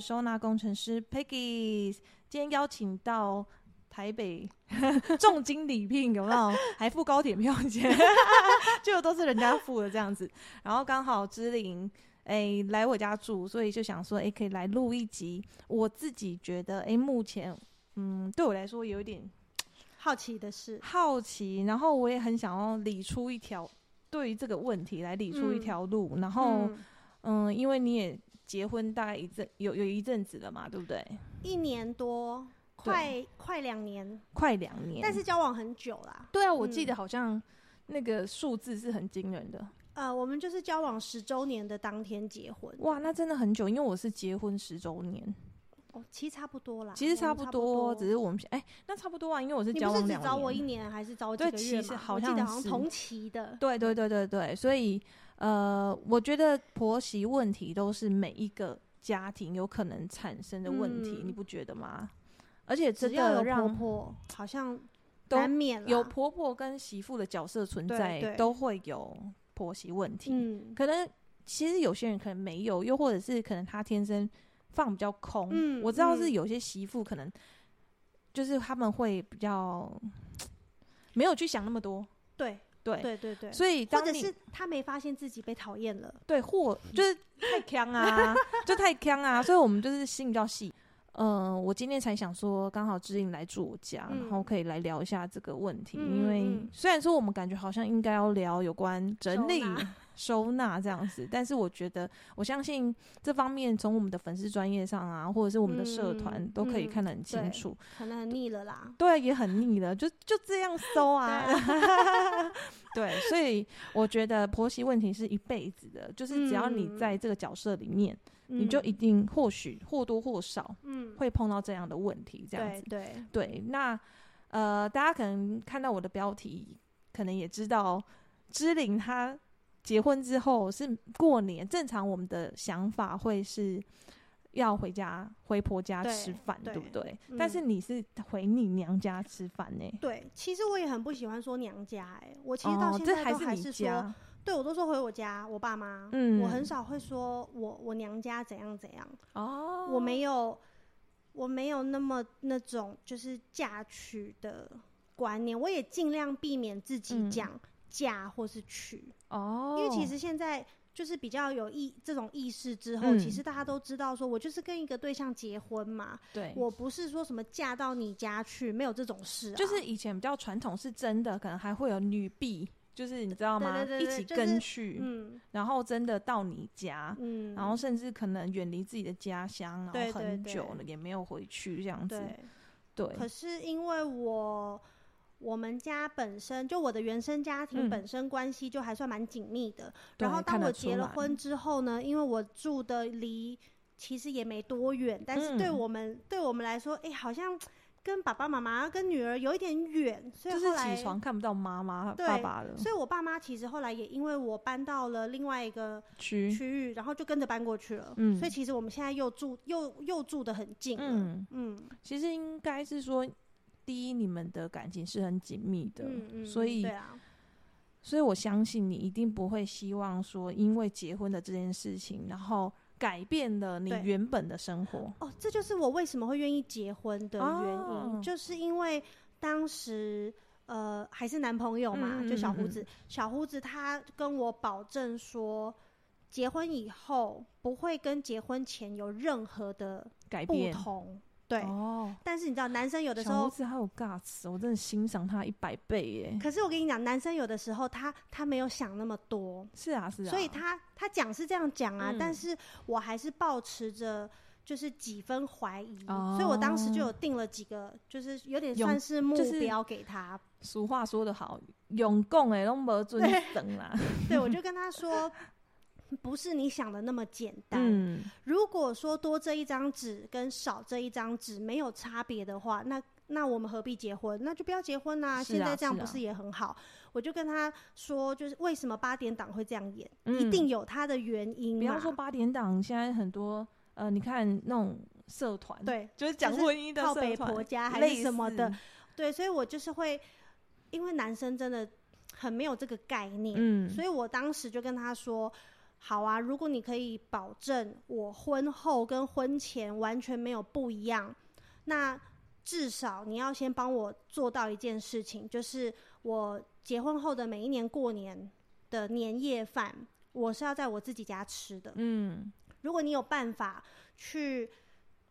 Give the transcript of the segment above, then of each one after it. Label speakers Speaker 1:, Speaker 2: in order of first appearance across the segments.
Speaker 1: 收纳工程师 Peggy。今天邀请到台北 重金礼聘，有没有？还付高铁票钱， 就都是人家付的这样子。然后刚好芝玲哎、来我家住，所以就想说哎、可以来录一集。我自己觉得哎、目前嗯对我来说有一点
Speaker 2: 好奇的是，
Speaker 1: 好奇，然后我也很想要理出一条对于这个问题来理出一
Speaker 2: 嗯
Speaker 1: 条路。然后
Speaker 2: 嗯，
Speaker 1: 嗯因为你也结婚大概一阵有有一阵子了嘛，对不对？
Speaker 2: 一年多，快快两年，
Speaker 1: 快两年，
Speaker 2: 但是交往很久啦。
Speaker 1: 对啊，我记
Speaker 2: 嗯
Speaker 1: 得好像那个数字是很惊人的，
Speaker 2: 呃，我们就是交往十周年的当天结婚，
Speaker 1: 哇，那真的很久，因为我是结婚十周年，
Speaker 2: 哦，其实差不多啦，
Speaker 1: 其实
Speaker 2: 我
Speaker 1: 差
Speaker 2: 们
Speaker 1: 不
Speaker 2: 不
Speaker 1: 多，只是我们哎、那差不多啊，因为我是
Speaker 2: 你
Speaker 1: 交
Speaker 2: 不是
Speaker 1: 往
Speaker 2: 只
Speaker 1: 两
Speaker 2: 找我一
Speaker 1: 年，
Speaker 2: 年，还是找我几
Speaker 1: 对
Speaker 2: 个
Speaker 1: 其
Speaker 2: 月
Speaker 1: 实
Speaker 2: 嘛？
Speaker 1: 好
Speaker 2: 我记
Speaker 1: 像
Speaker 2: 得好像
Speaker 1: 是
Speaker 2: 同期的，
Speaker 1: 对对对对对，所以呃，我觉得婆媳问题都是每一个家庭有可能产生的问题，
Speaker 2: 嗯
Speaker 1: 你不觉得吗？而且
Speaker 2: 只
Speaker 1: 真
Speaker 2: 要
Speaker 1: 的
Speaker 2: 有婆
Speaker 1: 让
Speaker 2: 婆，好像
Speaker 1: 都
Speaker 2: 难免啦
Speaker 1: 有婆婆跟媳妇的角色存
Speaker 2: 对
Speaker 1: 在，
Speaker 2: 对
Speaker 1: 都会有婆媳问题。
Speaker 2: 嗯
Speaker 1: 可能其实有些人可能没有，又或者是可能他天生放比较空。
Speaker 2: 嗯
Speaker 1: 我知道是
Speaker 2: 嗯
Speaker 1: 有些媳妇可能就是他们会比较没有去想那么多，
Speaker 2: 对
Speaker 1: 对，
Speaker 2: 对对对，
Speaker 1: 所以
Speaker 2: 或
Speaker 1: 当
Speaker 2: 者
Speaker 1: 你
Speaker 2: 是他没发现自己被讨厌了，
Speaker 1: 对或
Speaker 2: 嗯
Speaker 1: 就是太强啊，就太强啊，所以我们就是心比较细。嗯、我今天才想说，刚好知音来住我家，
Speaker 2: 嗯
Speaker 1: 然后可以来聊一下这个问题，
Speaker 2: 嗯
Speaker 1: 因为
Speaker 2: 嗯嗯
Speaker 1: 虽然说我们感觉好像应该要聊有关整理
Speaker 2: 收纳
Speaker 1: 收纳这样子，但是我觉得，我相信这方面从我们的粉丝专业上啊，或者是我们的社团
Speaker 2: 嗯
Speaker 1: 都可以
Speaker 2: 嗯
Speaker 1: 看得很清
Speaker 2: 对
Speaker 1: 楚。
Speaker 2: 可能很腻了啦。
Speaker 1: 对，也很腻了，就就这样搜啊。
Speaker 2: 啊
Speaker 1: 对，所以我觉得婆媳问题是一辈子的，就是只要你
Speaker 2: 嗯
Speaker 1: 在这个角色里面，你就
Speaker 2: 嗯
Speaker 1: 一定或许或多或少
Speaker 2: 嗯，
Speaker 1: 会碰到这样的问题，这样
Speaker 2: 对
Speaker 1: 子。
Speaker 2: 对，
Speaker 1: 对，那呃，大家可能看到我的标题，可能也知道芝玲她结婚之后是过年，正常我们的想法会是要回家回婆家
Speaker 2: 对
Speaker 1: 吃饭，对
Speaker 2: 对
Speaker 1: 不对？但是
Speaker 2: 嗯
Speaker 1: 你是回你娘家吃饭呢、
Speaker 2: 对，其实我也很不喜欢说娘家、哎，我其实到
Speaker 1: 哦，
Speaker 2: 现
Speaker 1: 这
Speaker 2: 在都
Speaker 1: 是
Speaker 2: 还
Speaker 1: 你
Speaker 2: 是说，
Speaker 1: 家，
Speaker 2: 对我都说回我家，我爸妈，
Speaker 1: 嗯
Speaker 2: 我很少会说我我娘家怎样怎样，
Speaker 1: 哦，
Speaker 2: 我没有，我没有那么那种就是嫁娶的观念，我也尽量避免自己
Speaker 1: 嗯
Speaker 2: 讲嫁或是娶，
Speaker 1: 哦，
Speaker 2: 因为其实现在。就是比较有意这种意识之后，
Speaker 1: 嗯
Speaker 2: 其实大家都知道，说我就是跟一个对象结婚嘛，
Speaker 1: 对。
Speaker 2: 我不是说什么嫁到你家去，没有这种事、啊，
Speaker 1: 就是以前比较传统是真的，可能还会有女婢，就是你知道
Speaker 2: 对
Speaker 1: 吗？
Speaker 2: 对对对
Speaker 1: 一起
Speaker 2: 就
Speaker 1: 跟
Speaker 2: 是
Speaker 1: 去，
Speaker 2: 嗯
Speaker 1: 然后真的到你家，
Speaker 2: 嗯，
Speaker 1: 然后甚至可能远离自己的家乡，然
Speaker 2: 对
Speaker 1: 后
Speaker 2: 对
Speaker 1: 很
Speaker 2: 对
Speaker 1: 久了也没有回去这样子。
Speaker 2: 对，
Speaker 1: 对，
Speaker 2: 可是因为我我们家本身就我的原生家
Speaker 1: 嗯
Speaker 2: 庭本身关系就还算蛮紧密的，
Speaker 1: 对
Speaker 2: 然后
Speaker 1: 看
Speaker 2: 当
Speaker 1: 得
Speaker 2: 我
Speaker 1: 出
Speaker 2: 结了
Speaker 1: 来
Speaker 2: 婚之后呢，因为我住的离其实也没多远，但是对
Speaker 1: 嗯
Speaker 2: 我们、对我们来说，哎、好像跟爸爸妈妈跟女儿有一点远，所
Speaker 1: 就
Speaker 2: 以后
Speaker 1: 是
Speaker 2: 来
Speaker 1: 起床看不到妈妈、
Speaker 2: 对
Speaker 1: 爸爸了，
Speaker 2: 所以我爸妈其实后来也因为我搬到了另外一个
Speaker 1: 去，
Speaker 2: 区域，然后就跟着搬过去了，
Speaker 1: 嗯
Speaker 2: 所以其实我们现在又住又又住的很近了，
Speaker 1: 嗯，
Speaker 2: 嗯
Speaker 1: 其实应该是说，第一，你们的感情是很紧密的，
Speaker 2: 嗯嗯，
Speaker 1: 所以
Speaker 2: 对，啊，
Speaker 1: 所以我相信你一定不会希望说，因为结婚的这件事情，然后改变了你
Speaker 2: 对
Speaker 1: 原本的生活。
Speaker 2: 哦，这就是我为什么会愿意结婚的原因，
Speaker 1: 哦
Speaker 2: 就是因为当时呃还是男朋友嘛，
Speaker 1: 嗯嗯
Speaker 2: 就小
Speaker 1: 嗯
Speaker 2: 胡
Speaker 1: 嗯
Speaker 2: 子，小胡子他跟我保证说，结婚以后不会跟结婚前有任何的
Speaker 1: 改
Speaker 2: 不
Speaker 1: 变
Speaker 2: 同，对。
Speaker 1: 哦，
Speaker 2: 但是你知道，男生有的时
Speaker 1: 小胡
Speaker 2: 候，
Speaker 1: 子还有 guts，我真的欣赏他一百倍耶！
Speaker 2: 可是我跟你讲，男生有的时候他他没有想那么多，
Speaker 1: 是啊，是啊，
Speaker 2: 所以他他讲是这样讲啊，
Speaker 1: 嗯
Speaker 2: 但是我还是保持着就是几分怀疑，
Speaker 1: 哦
Speaker 2: 所以我当时就有定了几个，就是有点
Speaker 1: 有
Speaker 2: 算是目
Speaker 1: 就是
Speaker 2: 标给他。
Speaker 1: 俗话说得好，永共诶，拢无准等 啦。
Speaker 2: 对我就跟他说， 不是你想的那么简单。
Speaker 1: 嗯，
Speaker 2: 如果说多这一张纸跟少这一张纸没有差别的话，那那我们何必结婚？那就不要结婚
Speaker 1: 是
Speaker 2: 啦、
Speaker 1: 啊啊
Speaker 2: 现在这样
Speaker 1: 是啊
Speaker 2: 不是也很好？我就跟他说，就是为什么八点档会这样演，
Speaker 1: 嗯
Speaker 2: 一定有它的原因嘛。
Speaker 1: 比方说八点档，现在很多呃，你看那种社团，，
Speaker 2: 对，
Speaker 1: 就是讲婚姻的
Speaker 2: 靠
Speaker 1: 社
Speaker 2: 北婆
Speaker 1: 团，
Speaker 2: 家还
Speaker 1: 类
Speaker 2: 是什么
Speaker 1: 似
Speaker 2: 的，，对，所以我就是会，因为男生真的很没有这个概念，
Speaker 1: 嗯，
Speaker 2: 所以我当时就跟他说，好啊，如果你可以保证我婚后跟婚前完全没有不一样，那至少你要先帮我做到一件事情，就是我结婚后的每一年过年的年夜饭，我是要在我自己家吃的。
Speaker 1: 嗯，
Speaker 2: 如果你有办法去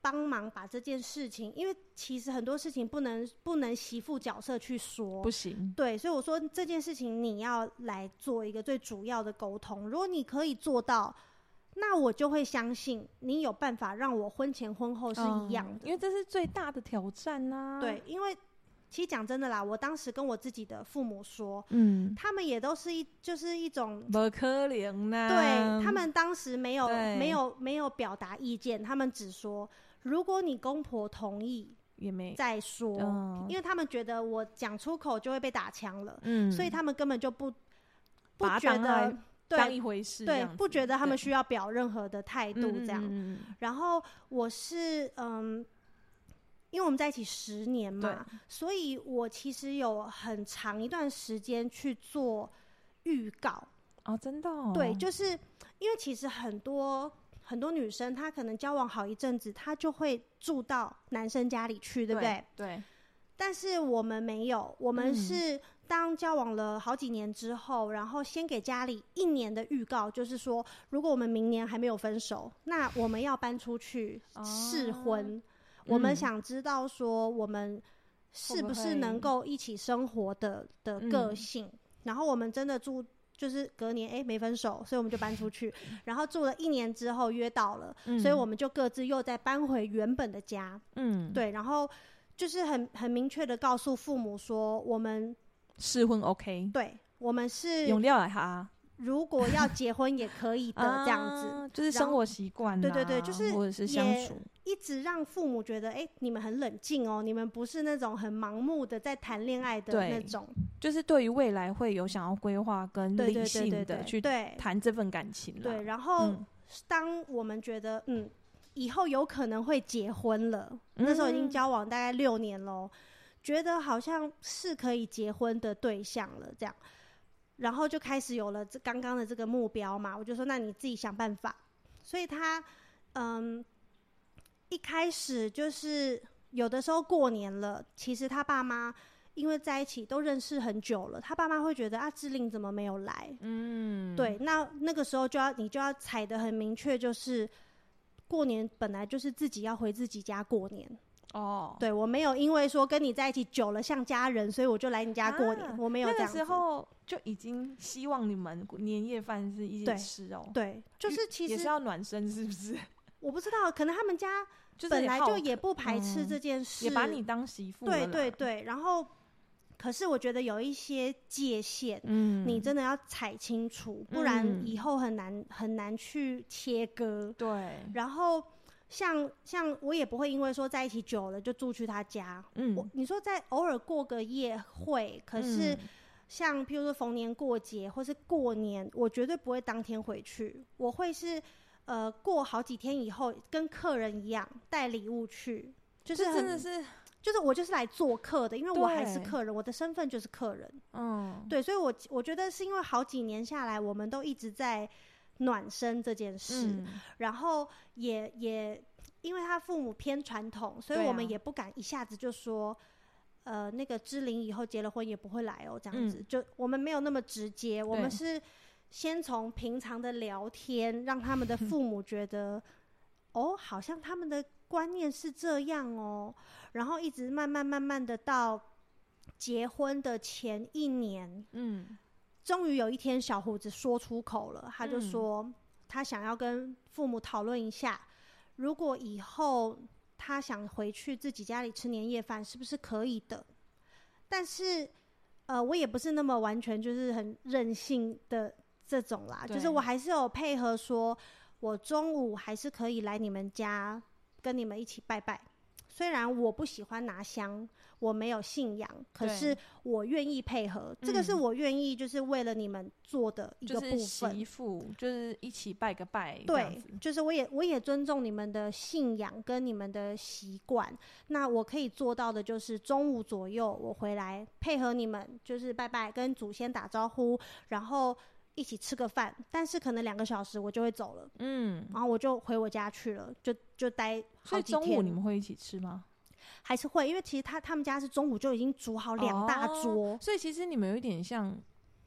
Speaker 2: 帮忙把这件事情，因为其实很多事情不能不能媳妇角色去说
Speaker 1: 不，行，
Speaker 2: 对，所以我说这件事情你要来做一个最主要的沟通。如果你可以做到，那我就会相信你有办法让我婚前婚后是一样
Speaker 1: 嗯
Speaker 2: 的。
Speaker 1: 因为这是最大的挑战呐、
Speaker 2: 对，，因为其实讲真的啦，我当时跟我自己的父母说，
Speaker 1: 嗯，
Speaker 2: 他们也都是一就是一种
Speaker 1: 不可能呐、
Speaker 2: 对他们当时没有
Speaker 1: 嗯对
Speaker 2: 没有没有表达意见，他们只说如果你公婆同意
Speaker 1: 也没，
Speaker 2: 再说，
Speaker 1: 嗯
Speaker 2: 因为他们觉得我讲出口就会被打枪了，
Speaker 1: 嗯，
Speaker 2: 所以他们根本就不不
Speaker 1: 把它
Speaker 2: 觉
Speaker 1: 当来
Speaker 2: 得
Speaker 1: 当
Speaker 2: 对
Speaker 1: 一回事这
Speaker 2: 对
Speaker 1: 样子，
Speaker 2: 不觉得他们
Speaker 1: 对
Speaker 2: 需要表任何的态度
Speaker 1: 嗯
Speaker 2: 这样。
Speaker 1: 嗯嗯嗯
Speaker 2: 然后我是嗯，因为我们在一起十年嘛，所以我其实有很长一段时间去做预告。
Speaker 1: 哦，真的、哦，
Speaker 2: 对，就是因为其实很多很多女生，她可能交往好一阵子，她就会住到男生家里去，对不对？
Speaker 1: 对，
Speaker 2: 但是我们没有，我们
Speaker 1: 嗯
Speaker 2: 是当交往了好几年之后，然后先给家里一年的预告，就是说，如果我们明年还没有分手，那我们要搬出去
Speaker 1: 哦
Speaker 2: 试婚，我们
Speaker 1: 嗯
Speaker 2: 想知道说我们是不是能够一起生活的的个
Speaker 1: 嗯
Speaker 2: 性，然后我们真的住。就是隔年哎、诶没分手，所以我们就搬出去，然后住了一年之后约到了，
Speaker 1: 嗯
Speaker 2: 所以我们就各自又再搬回原本的家。
Speaker 1: 嗯，
Speaker 2: 对，然后就是很很明确的告诉父母说，我们
Speaker 1: 试婚 OK，
Speaker 2: 对我们是
Speaker 1: 用料来哈
Speaker 2: 如果要结婚也可以的这样子，
Speaker 1: 啊就是
Speaker 2: 然
Speaker 1: 生
Speaker 2: 后
Speaker 1: 活习惯
Speaker 2: 对
Speaker 1: 啦，
Speaker 2: 对对就是
Speaker 1: 或者是相
Speaker 2: 也
Speaker 1: 处，
Speaker 2: 一直让父母觉得，哎、你们很冷静哦，你们不是那种很盲目的在谈恋爱的
Speaker 1: 对
Speaker 2: 那种，
Speaker 1: 就是对于未来会有想要规划跟
Speaker 2: 对
Speaker 1: 理
Speaker 2: 对对
Speaker 1: 性
Speaker 2: 对
Speaker 1: 的
Speaker 2: 对
Speaker 1: 去
Speaker 2: 对
Speaker 1: 谈这份感情啦，
Speaker 2: 对，然后
Speaker 1: 嗯
Speaker 2: 当我们觉得，嗯，以后有可能会结婚了，那时候已经
Speaker 1: 嗯
Speaker 2: 交往大概六年喽，觉得好像是可以结婚的对象了，这样，然后就开始有了这刚刚的这个目标嘛，我就说那你自己想办法。所以他，嗯，一开始就是有的时候过年了，其实他爸妈。因为在一起都认识很久了，他爸妈会觉得啊，志玲怎么没有来？
Speaker 1: 嗯，
Speaker 2: 对，那那个时候就要你就要踩得很明确，就是过年本来就是自己要回自己家过年。
Speaker 1: 哦，
Speaker 2: 对我没有因为说跟你在一起久了像家人，所以我就来你家过年，
Speaker 1: 啊
Speaker 2: 我没有这
Speaker 1: 那
Speaker 2: 样
Speaker 1: 个
Speaker 2: 子。
Speaker 1: 时候就已经希望你们年夜饭是一起
Speaker 2: 对
Speaker 1: 吃哦，
Speaker 2: 对，就是其
Speaker 1: 也是
Speaker 2: 实
Speaker 1: 要暖身是不是？
Speaker 2: 我不知道，可能他们家
Speaker 1: 就是
Speaker 2: 本
Speaker 1: 也
Speaker 2: 来
Speaker 1: 好
Speaker 2: 就也不排斥
Speaker 1: 嗯
Speaker 2: 这件事，
Speaker 1: 也把你当媳妇了
Speaker 2: 对
Speaker 1: 啦，
Speaker 2: 对对，然后可是我觉得有一些界限。
Speaker 1: 嗯，
Speaker 2: 你真的要踩清楚，不然
Speaker 1: 嗯
Speaker 2: 以后很难很难去切割。
Speaker 1: 对，
Speaker 2: 然后像像我也不会因为说在一起久了就住去他家。我
Speaker 1: 嗯，
Speaker 2: 你说在偶尔过个夜会，可是
Speaker 1: 嗯
Speaker 2: 像譬如说逢年过节或是过年，我绝对不会当天回去，我会是呃过好几天以后跟客人一样带礼物去，就是
Speaker 1: 这
Speaker 2: 很
Speaker 1: 真的是
Speaker 2: 就是我就是来做客的，因为我还是
Speaker 1: 对
Speaker 2: 客人，我的身份就是客人。
Speaker 1: 嗯，
Speaker 2: 对，所以我我觉得是因为好几年下来，我们都一直在暖身这件事。
Speaker 1: 嗯
Speaker 2: 然后也也因为他父母偏传统，所以
Speaker 1: 对
Speaker 2: 我
Speaker 1: 啊
Speaker 2: 们也不敢一下子就说，呃，那个芝玲以后结了婚也不会来哦，这样子、
Speaker 1: 嗯
Speaker 2: 就我们没有那么直接，我们
Speaker 1: 对
Speaker 2: 是先从平常的聊天，让他们的父母觉得，哦，好像他们的观念是这样哦，然后一直慢慢慢慢的到。结婚的前一年，
Speaker 1: 嗯，
Speaker 2: 终于有一天，小胡子说出口了，他就
Speaker 1: 嗯
Speaker 2: 说、他想要跟父母讨论一下，如果以后他想回去自己家里吃年夜饭，是不是可以的？但是，呃，我也不是那么完全就是很任性的这种啦，就是
Speaker 1: 对
Speaker 2: 我还是有配合说，我中午还是可以来你们家跟你们一起拜拜。虽然我不喜欢拿香，我没有信仰，可
Speaker 1: 对
Speaker 2: 是我愿意配合，这个是
Speaker 1: 嗯
Speaker 2: 我愿意，就是为了你们做的一个
Speaker 1: 就
Speaker 2: 部
Speaker 1: 是
Speaker 2: 分。
Speaker 1: 媳妇，就是一起拜个拜，这样
Speaker 2: 对
Speaker 1: 子，
Speaker 2: 就是我也我也尊重你们的信仰跟你们的习惯。那我可以做到的就是中午左右我回来配合你们，就是拜拜，跟祖先打招呼，然后。一起吃个饭，但是可能两个小时我就会走了，
Speaker 1: 嗯，
Speaker 2: 然后我就回我家去了，就就待
Speaker 1: 所
Speaker 2: 好
Speaker 1: 以
Speaker 2: 几
Speaker 1: 中午你
Speaker 2: 天。
Speaker 1: 们会一起吃吗？
Speaker 2: 还是会，因为其实他他们家是中午就已经煮好两大
Speaker 1: 哦
Speaker 2: 桌，
Speaker 1: 所以其实你们有一点像，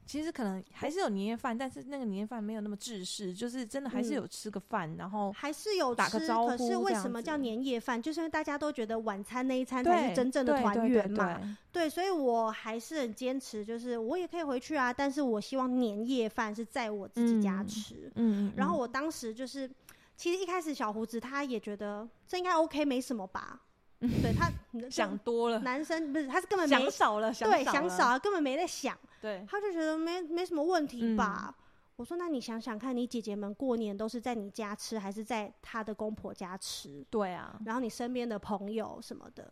Speaker 1: 其实可能还是有年夜饭，但是那个年夜饭没有那么制式，就是真的还
Speaker 2: 嗯
Speaker 1: 是有吃个饭，然后
Speaker 2: 还是有
Speaker 1: 打
Speaker 2: 吃，
Speaker 1: 个招
Speaker 2: 可是
Speaker 1: 呼
Speaker 2: 为
Speaker 1: 这
Speaker 2: 什
Speaker 1: 样
Speaker 2: 么
Speaker 1: 子
Speaker 2: 叫年夜饭？就是因为大家都觉得晚餐那一餐才
Speaker 1: 对
Speaker 2: 是真正的
Speaker 1: 对
Speaker 2: 团
Speaker 1: 对对嗯
Speaker 2: 圆嘛。
Speaker 1: 对
Speaker 2: 对，所以我还是很坚持，就是我也可以回去啊，但是我希望年夜饭是在我自己家
Speaker 1: 嗯
Speaker 2: 吃。
Speaker 1: 嗯，嗯
Speaker 2: 然后
Speaker 1: 嗯
Speaker 2: 我当时就是，其实一开始小胡子他也觉得这应该 OK，没什么吧？ 对他这
Speaker 1: 想多了，
Speaker 2: 男生不是，他是根本没
Speaker 1: 想少了，想
Speaker 2: 对
Speaker 1: 少
Speaker 2: 想
Speaker 1: 了
Speaker 2: 少，啊，根本没在想。
Speaker 1: 对，
Speaker 2: 他就觉得没没什么问题吧。我说那你想想看，你姐姐们过年都是在你家吃，还是在她的公婆家吃？
Speaker 1: 对啊，
Speaker 2: 然后你身边的朋友什么的，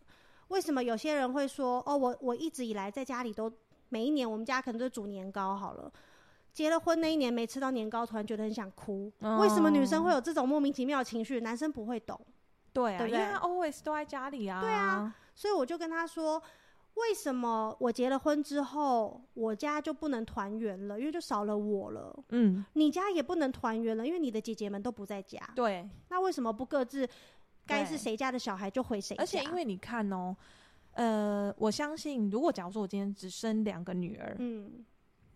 Speaker 2: 为什么有些人会说哦，我我一直以来在家里都每一年我们家可能都煮年糕好了。结了婚那一年没吃到年糕，突然觉得很想哭。
Speaker 1: 哦嗯
Speaker 2: 为什么女生会有这种莫名其妙的情绪？男生不会懂。
Speaker 1: 对啊，
Speaker 2: 对不
Speaker 1: 因为
Speaker 2: 对
Speaker 1: 他 always 都在家里啊，
Speaker 2: 对啊，所以我就跟他说，为什么我结了婚之后，我家就不能团圆了？因为就少了我了。
Speaker 1: 嗯，
Speaker 2: 你家也不能团圆了，因为你的姐姐们都不在家。
Speaker 1: 对，
Speaker 2: 那为什么不各自该
Speaker 1: 对
Speaker 2: 是谁家的小孩就回谁家？
Speaker 1: 而且因为你看哦。呃，我相信，如果假如说我今天只生两个女儿，
Speaker 2: 嗯，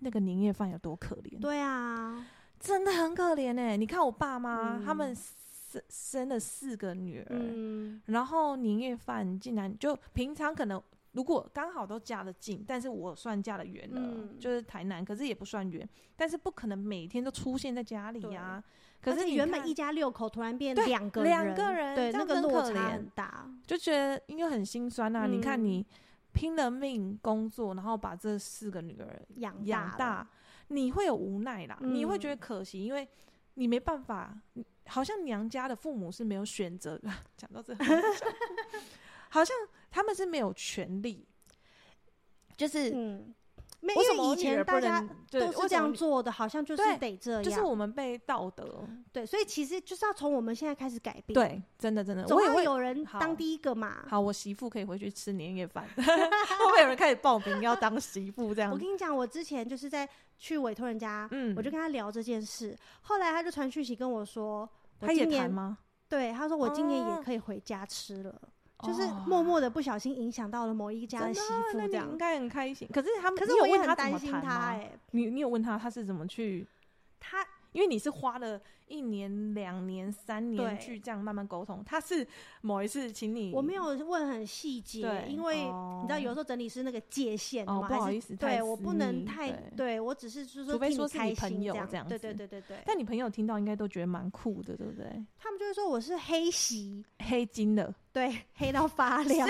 Speaker 1: 那个年夜饭有多可怜？
Speaker 2: 对啊，
Speaker 1: 真的很可怜哎、你看我爸妈、
Speaker 2: 嗯
Speaker 1: 他们生生了四个女儿，
Speaker 2: 嗯，
Speaker 1: 然后年夜饭竟然就平常可能如果刚好都嫁得近，但是我算嫁得远了，
Speaker 2: 嗯
Speaker 1: 就是台南，可是也不算远，但是不可能每天都出现在家里呀、可
Speaker 2: 而
Speaker 1: 是
Speaker 2: 且
Speaker 1: 你
Speaker 2: 原
Speaker 1: 看
Speaker 2: 本一家六口突然变
Speaker 1: 对
Speaker 2: 两个
Speaker 1: 两
Speaker 2: 人
Speaker 1: 个人
Speaker 2: 对
Speaker 1: 这
Speaker 2: 那
Speaker 1: 样
Speaker 2: 个
Speaker 1: 真
Speaker 2: 落
Speaker 1: 可
Speaker 2: 差
Speaker 1: 怜
Speaker 2: 很大。
Speaker 1: 就觉得因为很心酸呐、啊
Speaker 2: 嗯
Speaker 1: 你看你拼了命工作，然后把这四个女儿
Speaker 2: 养
Speaker 1: 养
Speaker 2: 大了
Speaker 1: 大，你会有无奈啦，
Speaker 2: 嗯
Speaker 1: 你会觉得可惜，因为你没办法，你好像娘家的父母是没有选择的。 讲到这， 好像他们是没有权利，就是
Speaker 2: 嗯，没
Speaker 1: 为
Speaker 2: 有
Speaker 1: 什么我
Speaker 2: 以
Speaker 1: 女
Speaker 2: 前
Speaker 1: 儿不
Speaker 2: 大家
Speaker 1: 能对
Speaker 2: 都
Speaker 1: 为
Speaker 2: 是这
Speaker 1: 什么
Speaker 2: 样
Speaker 1: 你
Speaker 2: 做的，好像就是
Speaker 1: 对
Speaker 2: 得这样，
Speaker 1: 就是我们被道德
Speaker 2: 对，所以其实就是要从我们现在开始改变，，
Speaker 1: 对，真的真的，
Speaker 2: 总
Speaker 1: 我也
Speaker 2: 要
Speaker 1: 会
Speaker 2: 有啊人
Speaker 1: 好
Speaker 2: 当第一个嘛。
Speaker 1: 好，我媳妇可以回去吃年夜 饭，会不会有人开始报名要当媳妇这样
Speaker 2: 我
Speaker 1: 子？
Speaker 2: 跟你讲，我之前就是在去委托人家，
Speaker 1: 嗯
Speaker 2: 我就跟他聊这件事，后来他就传讯息跟我说，我
Speaker 1: 他也
Speaker 2: 今
Speaker 1: 谈
Speaker 2: 年
Speaker 1: 吗？
Speaker 2: 对，他说我今年
Speaker 1: 哦
Speaker 2: 也可以回家吃了，就是
Speaker 1: 哦
Speaker 2: 默默的不小心影响到了某一家
Speaker 1: 真
Speaker 2: 的媳
Speaker 1: 的啊
Speaker 2: 妇
Speaker 1: 那
Speaker 2: 这
Speaker 1: 你
Speaker 2: 样
Speaker 1: 应。该很开心。可是他们，
Speaker 2: 可是
Speaker 1: 你有
Speaker 2: 我也
Speaker 1: 问
Speaker 2: 很
Speaker 1: 他怎
Speaker 2: 担
Speaker 1: 么
Speaker 2: 心
Speaker 1: 谈
Speaker 2: 他
Speaker 1: 吗
Speaker 2: 哎、
Speaker 1: 你你有问他他是怎么去？
Speaker 2: 他
Speaker 1: 因为你是花了一年、两年、三年
Speaker 2: 对
Speaker 1: 去这样慢慢沟通，他是某一次请你，
Speaker 2: 我没有问很细节
Speaker 1: 对，，
Speaker 2: 因为
Speaker 1: 哦
Speaker 2: 你知道有时候整理师那个界限
Speaker 1: 哦
Speaker 2: 嘛，
Speaker 1: 不
Speaker 2: 还
Speaker 1: 好
Speaker 2: 是
Speaker 1: 意思，太
Speaker 2: 对我
Speaker 1: 私
Speaker 2: 不能
Speaker 1: 密
Speaker 2: 太
Speaker 1: 对
Speaker 2: 对我只是就是
Speaker 1: 除非
Speaker 2: 替
Speaker 1: 说是你
Speaker 2: 开
Speaker 1: 朋
Speaker 2: 心
Speaker 1: 友
Speaker 2: 样，
Speaker 1: 这样
Speaker 2: 对
Speaker 1: 子
Speaker 2: 对对对对，
Speaker 1: 但你朋友听到应该都觉得蛮酷的，对不对？
Speaker 2: 他们就会说我是黑媳，
Speaker 1: 黑金的，
Speaker 2: 对，黑到发亮。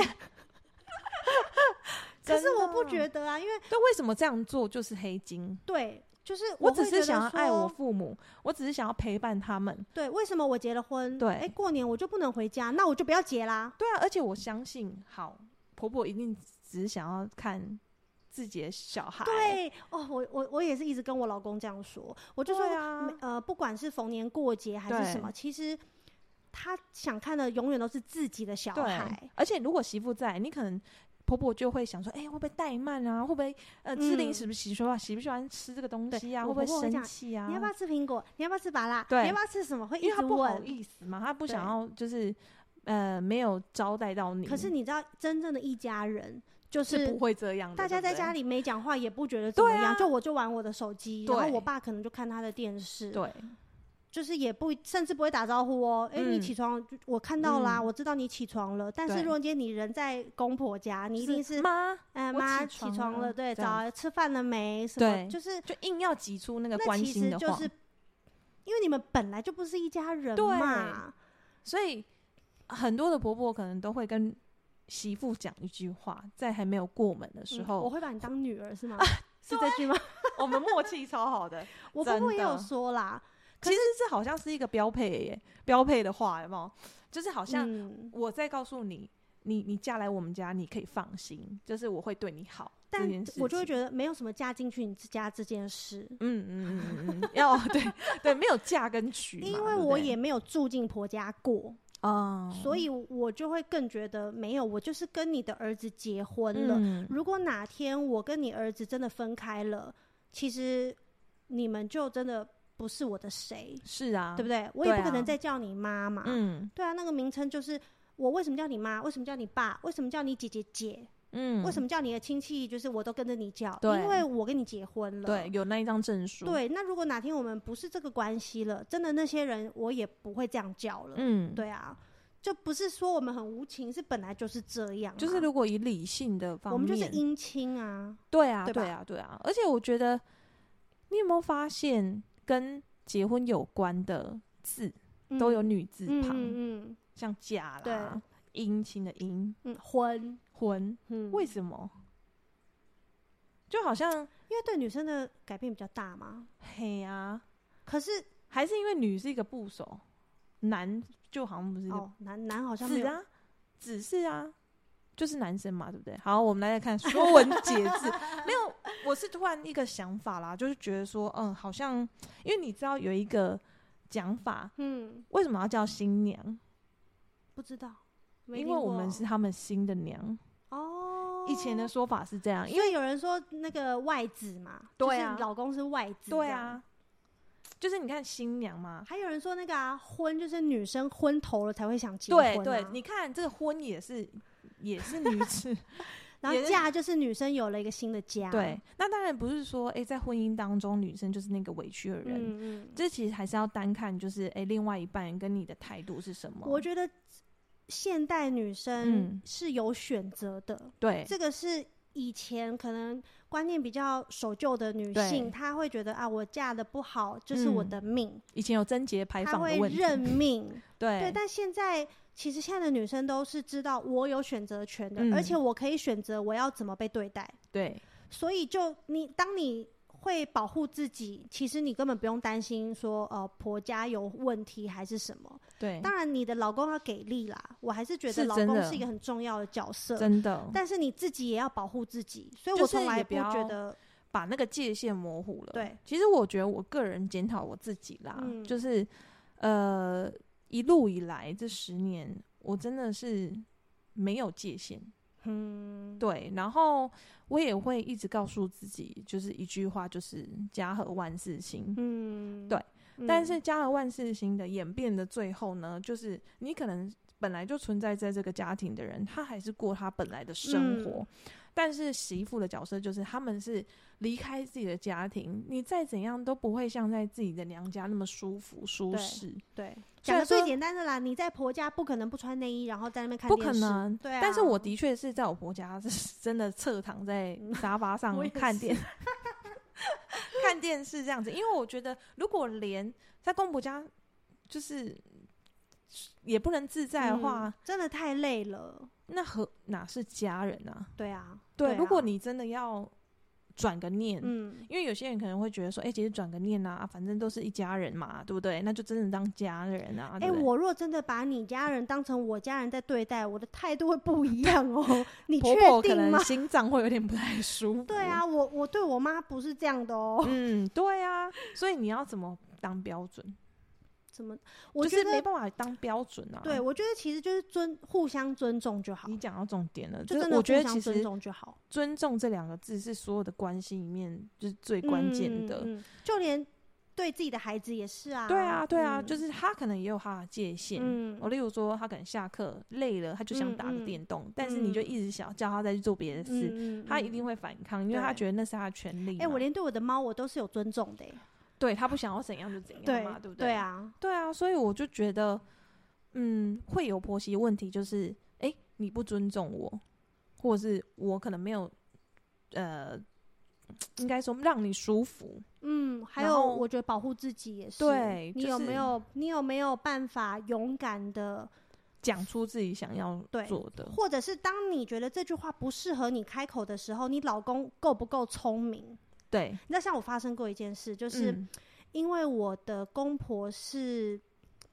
Speaker 2: 可是
Speaker 1: 真
Speaker 2: 我
Speaker 1: 的
Speaker 2: 不觉得啊，因为
Speaker 1: 对，为什么这样做就是黑金？
Speaker 2: 对，就是
Speaker 1: 我
Speaker 2: 会
Speaker 1: 只
Speaker 2: 觉
Speaker 1: 是
Speaker 2: 得
Speaker 1: 想要爱我
Speaker 2: 说
Speaker 1: 父母，我只是想要陪伴他们。
Speaker 2: 对，为什么我结了婚，
Speaker 1: 对
Speaker 2: 哎，过年我就不能回家，那我就不要结啦。
Speaker 1: 对啊，而且我相信，好婆婆一定只是想要看自己的小孩。
Speaker 2: 对哦，我我我也是一直跟我老公这样说，我就说、
Speaker 1: 对啊
Speaker 2: 没呃，不管是逢年过节还是什么，其实他想看的永远都是自己的小
Speaker 1: 对啊
Speaker 2: 孩，，
Speaker 1: 而且如果媳妇在，你可能婆婆就会想说，哎、会不会怠慢啊？会不会呃吃零
Speaker 2: 嗯
Speaker 1: 食不喜欢喜不喜欢吃这个东
Speaker 2: 对
Speaker 1: 西啊？会
Speaker 2: 我
Speaker 1: 不会
Speaker 2: 婆婆会
Speaker 1: 生
Speaker 2: 讲
Speaker 1: 气啊？
Speaker 2: 你要不要吃苹果？你要不要吃芭拉？
Speaker 1: 对
Speaker 2: 你要不要吃什么？会
Speaker 1: 因
Speaker 2: 一
Speaker 1: 为她
Speaker 2: 直
Speaker 1: 不好
Speaker 2: 问。
Speaker 1: 意思嘛，她不想
Speaker 2: 对
Speaker 1: 要就是呃没有招待到你，
Speaker 2: 可是你知道，真正的一家人就是
Speaker 1: 是不会这样的。
Speaker 2: 大家在家
Speaker 1: 里
Speaker 2: 里没讲话，也不觉得怎么
Speaker 1: 对啊
Speaker 2: 样，就我就玩我的手机，然后
Speaker 1: 对
Speaker 2: 我爸可能就看他的电视，
Speaker 1: 对
Speaker 2: 就是也不甚至不会打招呼哦。哎、你
Speaker 1: 嗯
Speaker 2: 起床，我看到啦，
Speaker 1: 嗯
Speaker 2: 我知道你起床了。但
Speaker 1: 对
Speaker 2: 是如果今天你人在公婆家，你一定是
Speaker 1: 妈
Speaker 2: 哎
Speaker 1: 我
Speaker 2: 妈
Speaker 1: 起
Speaker 2: 起
Speaker 1: 床
Speaker 2: 床
Speaker 1: 了
Speaker 2: 了，对，
Speaker 1: 这样
Speaker 2: 早啊吃饭了没？什么
Speaker 1: 对
Speaker 2: 就是
Speaker 1: 就硬要挤出那个
Speaker 2: 那
Speaker 1: 关
Speaker 2: 其
Speaker 1: 心
Speaker 2: 实
Speaker 1: 的
Speaker 2: 就
Speaker 1: 话，
Speaker 2: 是因为你们本来就不是一家人
Speaker 1: 对
Speaker 2: 嘛，
Speaker 1: 所以很多的婆婆可能都会跟媳妇讲一句话，在还没有过门的时
Speaker 2: 嗯我啊
Speaker 1: 候，
Speaker 2: 会把你当女儿 是吗？是这 句吗？
Speaker 1: 我们默契超好的。
Speaker 2: 我婆婆
Speaker 1: 真
Speaker 2: 也
Speaker 1: 的
Speaker 2: 有说啦，
Speaker 1: 其实这好像是一个标配耶，标配的话有没有？就是好像
Speaker 2: 嗯，
Speaker 1: 我在告诉你，你你嫁来我们家，你可以放心，就是我会对你好这
Speaker 2: 但
Speaker 1: 件事情。
Speaker 2: 我就会觉得没有什么嫁进去你家这件事，
Speaker 1: 嗯嗯嗯嗯嗯，要对对，没有嫁跟娶嘛，
Speaker 2: 因为
Speaker 1: 对不
Speaker 2: 我
Speaker 1: 对
Speaker 2: 也没有住进婆家过，
Speaker 1: 啊，
Speaker 2: 所以我就会更觉得没有，我就是跟你的儿子结婚了。
Speaker 1: 嗯
Speaker 2: 如果哪天我跟你儿子真的分开了，其实你们就真的不是我的谁，
Speaker 1: 是啊，
Speaker 2: 对
Speaker 1: 不
Speaker 2: 不对？我也
Speaker 1: 对
Speaker 2: 不可
Speaker 1: 啊
Speaker 2: 能再叫你妈嘛。
Speaker 1: 嗯
Speaker 2: 对啊，那个名称就是我为什么叫你妈？为什么叫你爸？为什么叫你姐姐姐？
Speaker 1: 嗯，
Speaker 2: 为什么叫你的亲戚？就是我都跟着你叫，
Speaker 1: 对
Speaker 2: 因为我跟你结婚了。
Speaker 1: 对有那一张证书？，
Speaker 2: 对，那如果哪天我们不是这个关系了，真的那些人我也不会这样叫了。
Speaker 1: 嗯，
Speaker 2: 对啊，就不是说我们很无情，是本来就是这样啊、
Speaker 1: 就是如果以理性的方面，
Speaker 2: 我们就是姻亲啊。
Speaker 1: 对啊，
Speaker 2: 对
Speaker 1: 对啊，对啊。而且我觉得，你有没有发现跟结婚有关的字
Speaker 2: 嗯
Speaker 1: 都有女字
Speaker 2: 嗯
Speaker 1: 旁，
Speaker 2: 嗯嗯
Speaker 1: 像嫁
Speaker 2: 对
Speaker 1: 啦、姻亲的姻、
Speaker 2: 嗯，婚，
Speaker 1: 婚，
Speaker 2: 嗯，
Speaker 1: 为什么？就好像
Speaker 2: 因为对女生的改变比较大嘛。
Speaker 1: 嘿啊，
Speaker 2: 可是
Speaker 1: 还是因为女是一个部首，男就好像不是一个
Speaker 2: 哦，男男好像没
Speaker 1: 子
Speaker 2: 有，
Speaker 1: 啊，子是啊，就是男生嘛，对不对？好，我们来看《说文解字》。 没有，我是突然一个想法啦，就是觉得说，嗯，好像因为你知道有一个讲法，
Speaker 2: 嗯，
Speaker 1: 为什么要叫新娘？
Speaker 2: 不知道，没
Speaker 1: 因
Speaker 2: 听
Speaker 1: 为我们
Speaker 2: 过
Speaker 1: 是他们新的娘。
Speaker 2: 哦，
Speaker 1: 以前的说法是这样，因
Speaker 2: 因
Speaker 1: 为
Speaker 2: 为有人说那个外子嘛，
Speaker 1: 对
Speaker 2: 就是
Speaker 1: 啊
Speaker 2: 老公是外子，
Speaker 1: 对，啊，就是你看新娘嘛。
Speaker 2: 还有人说那个啊，婚就是女生昏头了才会想结婚、
Speaker 1: 对
Speaker 2: 啊，
Speaker 1: 对，你看这个婚也是也是女子，
Speaker 2: 然
Speaker 1: 也
Speaker 2: 后
Speaker 1: 是
Speaker 2: 嫁就是女生有了一个新的 家，
Speaker 1: 对，。那当然不是说，哎、在婚姻当中女生就是那个委屈的人，
Speaker 2: 嗯嗯，
Speaker 1: 这其实还是要单看，就是诶，另外一半跟你的态度是什么。
Speaker 2: 我觉得现代女生
Speaker 1: 嗯
Speaker 2: 是有选择的，
Speaker 1: 对
Speaker 2: 这个是。以前可能观念比较守旧的女
Speaker 1: 对
Speaker 2: 性，她会觉得啊，我嫁的不好就是我
Speaker 1: 嗯
Speaker 2: 的命，
Speaker 1: 以前有贞洁牌
Speaker 2: 她
Speaker 1: 坊
Speaker 2: 会
Speaker 1: 的问题，
Speaker 2: 认 命，对，
Speaker 1: 对
Speaker 2: 但现在其实现在的女生都是知道我有选择权的，
Speaker 1: 嗯
Speaker 2: 而且我可以选择我要怎么被对待。
Speaker 1: 对
Speaker 2: 所以就你当你会保护自己，其实你根本不用担心说呃婆家有问题还是什么。
Speaker 1: 对，
Speaker 2: 当然你的老公要给力啦，我还是觉得
Speaker 1: 是
Speaker 2: 老
Speaker 1: 真
Speaker 2: 公
Speaker 1: 的
Speaker 2: 是一个很重要的角色。
Speaker 1: 真的
Speaker 2: 但是你自己也要保护自己，所以
Speaker 1: 就
Speaker 2: 我
Speaker 1: 是
Speaker 2: 从来
Speaker 1: 也不
Speaker 2: 不觉
Speaker 1: 要
Speaker 2: 得，
Speaker 1: 把那个界限模糊了。
Speaker 2: 对，
Speaker 1: 其实我觉得我个人检讨我自己啦，
Speaker 2: 嗯
Speaker 1: 就是呃，一路以来这十年，我真的是没有界限。
Speaker 2: 嗯，
Speaker 1: 对，然后我也会一直告诉自己，就是一句话，就是家和万事兴。
Speaker 2: 嗯，
Speaker 1: 对
Speaker 2: 嗯，
Speaker 1: 但是家和万事兴的演变的最后呢，就是你可能本来就存在在这个家庭的人，他还是过他本来的生
Speaker 2: 嗯
Speaker 1: 活。但是媳妇的角色就是他们是离开自己的家庭，你再怎样都不会像在自己的娘家那么舒服舒
Speaker 2: 对
Speaker 1: 适，
Speaker 2: 对，
Speaker 1: 虽
Speaker 2: 讲
Speaker 1: 然
Speaker 2: 的最
Speaker 1: 说
Speaker 2: 简单的啦，你在婆家不可能不穿内衣，然后在那边看
Speaker 1: 不
Speaker 2: 电视，
Speaker 1: 可能。
Speaker 2: 对啊。嗯
Speaker 1: 但是我的确是在我婆家是 真的侧躺在沙发上
Speaker 2: 我也
Speaker 1: 看
Speaker 2: 是
Speaker 1: 电 看电视这样子，因为我觉得如果连在公婆家就是也不能自在的话，
Speaker 2: 嗯真的太累了。
Speaker 1: 那何哪是家人啊？
Speaker 2: 嗯对啊，
Speaker 1: 对，
Speaker 2: 啊
Speaker 1: 如果你真的要转个念，
Speaker 2: 嗯
Speaker 1: 因为有些人可能会觉得说，哎、其实转个念啊，反正都是一家人嘛，对不对？那就真的当家人啊。
Speaker 2: 哎、
Speaker 1: 对不对
Speaker 2: 我若真的把你家人当成我家人在对待，我的态度会不一样 哦。你
Speaker 1: 婆
Speaker 2: 确
Speaker 1: 婆可
Speaker 2: 定
Speaker 1: 能
Speaker 2: 吗？
Speaker 1: 心脏会有点不太舒服。
Speaker 2: 对，啊，我我对我妈不是这样的哦。
Speaker 1: 嗯，对啊，所以你要怎么当标准？
Speaker 2: 怎么？我
Speaker 1: 就
Speaker 2: 觉
Speaker 1: 是
Speaker 2: 得，
Speaker 1: 没办法当标准啊。
Speaker 2: 对，我觉得其实就是尊互相尊重就好
Speaker 1: 你，讲到重点了，
Speaker 2: 就真
Speaker 1: 是
Speaker 2: 的
Speaker 1: 我觉
Speaker 2: 互
Speaker 1: 得
Speaker 2: 相
Speaker 1: 其
Speaker 2: 尊
Speaker 1: 实
Speaker 2: 重就好，
Speaker 1: “尊重”这两个字是所有的关系里面就是最关键的。
Speaker 2: 嗯嗯嗯就连对自己的孩子也是啊。
Speaker 1: 对啊，对啊，
Speaker 2: 嗯
Speaker 1: 就是哦他可能也有他的界限。
Speaker 2: 嗯
Speaker 1: 我例如说，他可能下课累了，他就想打
Speaker 2: 嗯
Speaker 1: 个
Speaker 2: 嗯
Speaker 1: 电动，但是你就
Speaker 2: 嗯
Speaker 1: 一直想叫他再去做别的事，
Speaker 2: 嗯嗯
Speaker 1: 他
Speaker 2: 嗯
Speaker 1: 一定会反抗，因为他
Speaker 2: 对
Speaker 1: 觉得那是他的权利嘛。
Speaker 2: 哎、我连对我的猫我都是有尊重的欸、
Speaker 1: 对他不想要怎样就怎样嘛，对不
Speaker 2: 对
Speaker 1: 对，
Speaker 2: 啊，
Speaker 1: 对啊，所以我就觉得，嗯，会有婆媳问题，就是哎、诶你不尊重我，或者是我可能没有，呃，应该说让你舒服。
Speaker 2: 嗯，还
Speaker 1: 然
Speaker 2: 有
Speaker 1: 后
Speaker 2: 我觉得保护自己也是。
Speaker 1: 对
Speaker 2: 你
Speaker 1: 就
Speaker 2: 有
Speaker 1: 是
Speaker 2: 没有你有没有办法勇敢的，
Speaker 1: 讲出自己想要
Speaker 2: 对
Speaker 1: 做的，
Speaker 2: 或者是当你觉得这句话不适合你开口的时候，你老公够不够聪明？
Speaker 1: 对，嗯
Speaker 2: 你知道，像我发生过一件事，就
Speaker 1: 就是
Speaker 2: 因为我的公婆是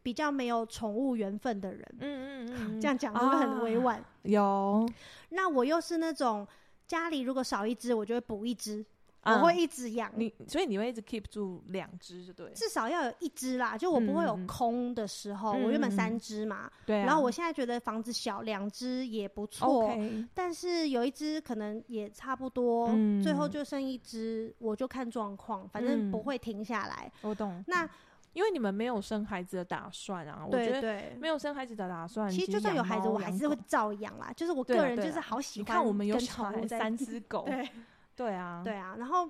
Speaker 2: 比较没有宠物缘分的人，
Speaker 1: 嗯嗯嗯，
Speaker 2: 这样讲是不是很委
Speaker 1: 啊
Speaker 2: 婉？
Speaker 1: 有
Speaker 2: 那我又是那种家里如果少一只，我就会补一只。我
Speaker 1: 嗯
Speaker 2: 会一直养，
Speaker 1: 你所以你会一直 keep 住两只，就对了，
Speaker 2: 至少要有一只啦，就我不会有
Speaker 1: 嗯嗯嗯
Speaker 2: 空的时候。
Speaker 1: 嗯
Speaker 2: 我原本
Speaker 1: 嗯嗯
Speaker 2: 三只嘛，
Speaker 1: 对啊。
Speaker 2: 然后我现在觉得房子小，两只也不错。
Speaker 1: OK，
Speaker 2: 但是有一只可能也差不多，
Speaker 1: 嗯
Speaker 2: 最后就剩一只，我就看状况，反正不会停下来。
Speaker 1: 我懂。
Speaker 2: 那
Speaker 1: 因为你们没有生孩子的打算啊，我觉
Speaker 2: 对
Speaker 1: 得
Speaker 2: 对，
Speaker 1: 没有生孩子的打算，
Speaker 2: 其实就算有孩子，
Speaker 1: 养猫
Speaker 2: 我还是。会
Speaker 1: 养狗
Speaker 2: 照养啦。就是我
Speaker 1: 对啦
Speaker 2: 个人
Speaker 1: 对
Speaker 2: 就是
Speaker 1: 啦
Speaker 2: 好喜
Speaker 1: 你
Speaker 2: 欢
Speaker 1: 看我们有
Speaker 2: 跟
Speaker 1: 小
Speaker 2: 宠
Speaker 1: 孩
Speaker 2: 物在
Speaker 1: 三只狗，
Speaker 2: 对
Speaker 1: 对啊，
Speaker 2: 对啊，然后。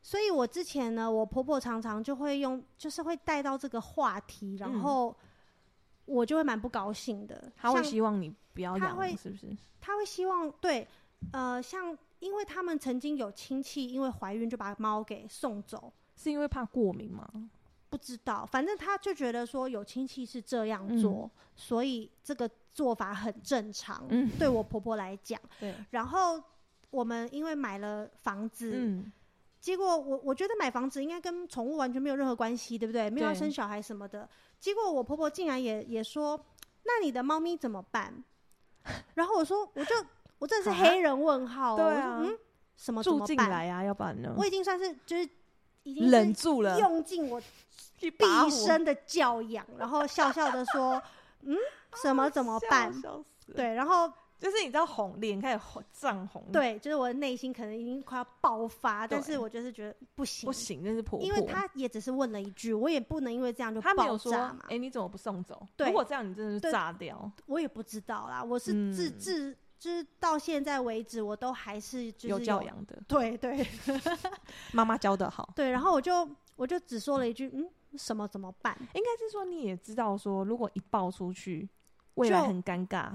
Speaker 2: 所以，我之前呢，我婆婆常常就会用，就是会带到这个话题，
Speaker 1: 嗯
Speaker 2: 然后我就会蛮不高兴的。
Speaker 1: 他会
Speaker 2: 像
Speaker 1: 希望你不要
Speaker 2: 他
Speaker 1: 养，
Speaker 2: 会
Speaker 1: 是不是？
Speaker 2: 他会希望对，呃，像因为他们曾经有亲戚因为怀孕就把猫给送走，
Speaker 1: 是因为怕过敏吗？
Speaker 2: 不知道，反正他就觉得说有亲戚是这样
Speaker 1: 嗯
Speaker 2: 做，所以这个做法很正常。
Speaker 1: 嗯
Speaker 2: 对我婆婆来讲，
Speaker 1: 对，
Speaker 2: 然后我们因为买了房子，
Speaker 1: 嗯，
Speaker 2: 结果我我觉得买房子应该跟宠物完全没有任何关系，对不对？没有要
Speaker 1: 对
Speaker 2: 生小孩什么的。结果我婆婆竟然也也说，那你的猫咪怎么办？ 然后我说，我就我真的是
Speaker 1: 啊
Speaker 2: 黑人问号、哦，
Speaker 1: 对
Speaker 2: 我说
Speaker 1: 啊
Speaker 2: 嗯，什么怎
Speaker 1: 住
Speaker 2: 么
Speaker 1: 进
Speaker 2: 办？
Speaker 1: 来啊，要不然呢？
Speaker 2: 我已经算是就是已经是
Speaker 1: 忍住了，
Speaker 2: 用尽我
Speaker 1: 一
Speaker 2: 毕
Speaker 1: 把火
Speaker 2: 生的教养，然后笑笑的说，嗯，什么怎么
Speaker 1: 笑
Speaker 2: 办？
Speaker 1: 笑死了，
Speaker 2: 对，然后
Speaker 1: 就是你知道红脸开始红涨红，，
Speaker 2: 对，就是我的内心可能已经快要爆发，
Speaker 1: 嗯
Speaker 2: 但
Speaker 1: 对
Speaker 2: 是我就是觉得不行，
Speaker 1: 不行，那是婆婆，
Speaker 2: 因为他也只是问了一句，我也不能因为这样就
Speaker 1: 他没有
Speaker 2: 爆
Speaker 1: 说，
Speaker 2: 炸嘛
Speaker 1: 哎、，你怎么不送走？
Speaker 2: 对
Speaker 1: 如果这样，你真的是
Speaker 2: 对
Speaker 1: 炸掉，
Speaker 2: 我也不知道啦。我是
Speaker 1: 嗯
Speaker 2: 自自就是到现在为止，我都还是就是
Speaker 1: 有教，养的，
Speaker 2: 对对
Speaker 1: 妈妈教的好，
Speaker 2: 对。然后我就我就只说了一句，嗯，什么怎么办？
Speaker 1: 应该是说你也知道说，如果一爆出去，未来
Speaker 2: 就
Speaker 1: 很尴尬，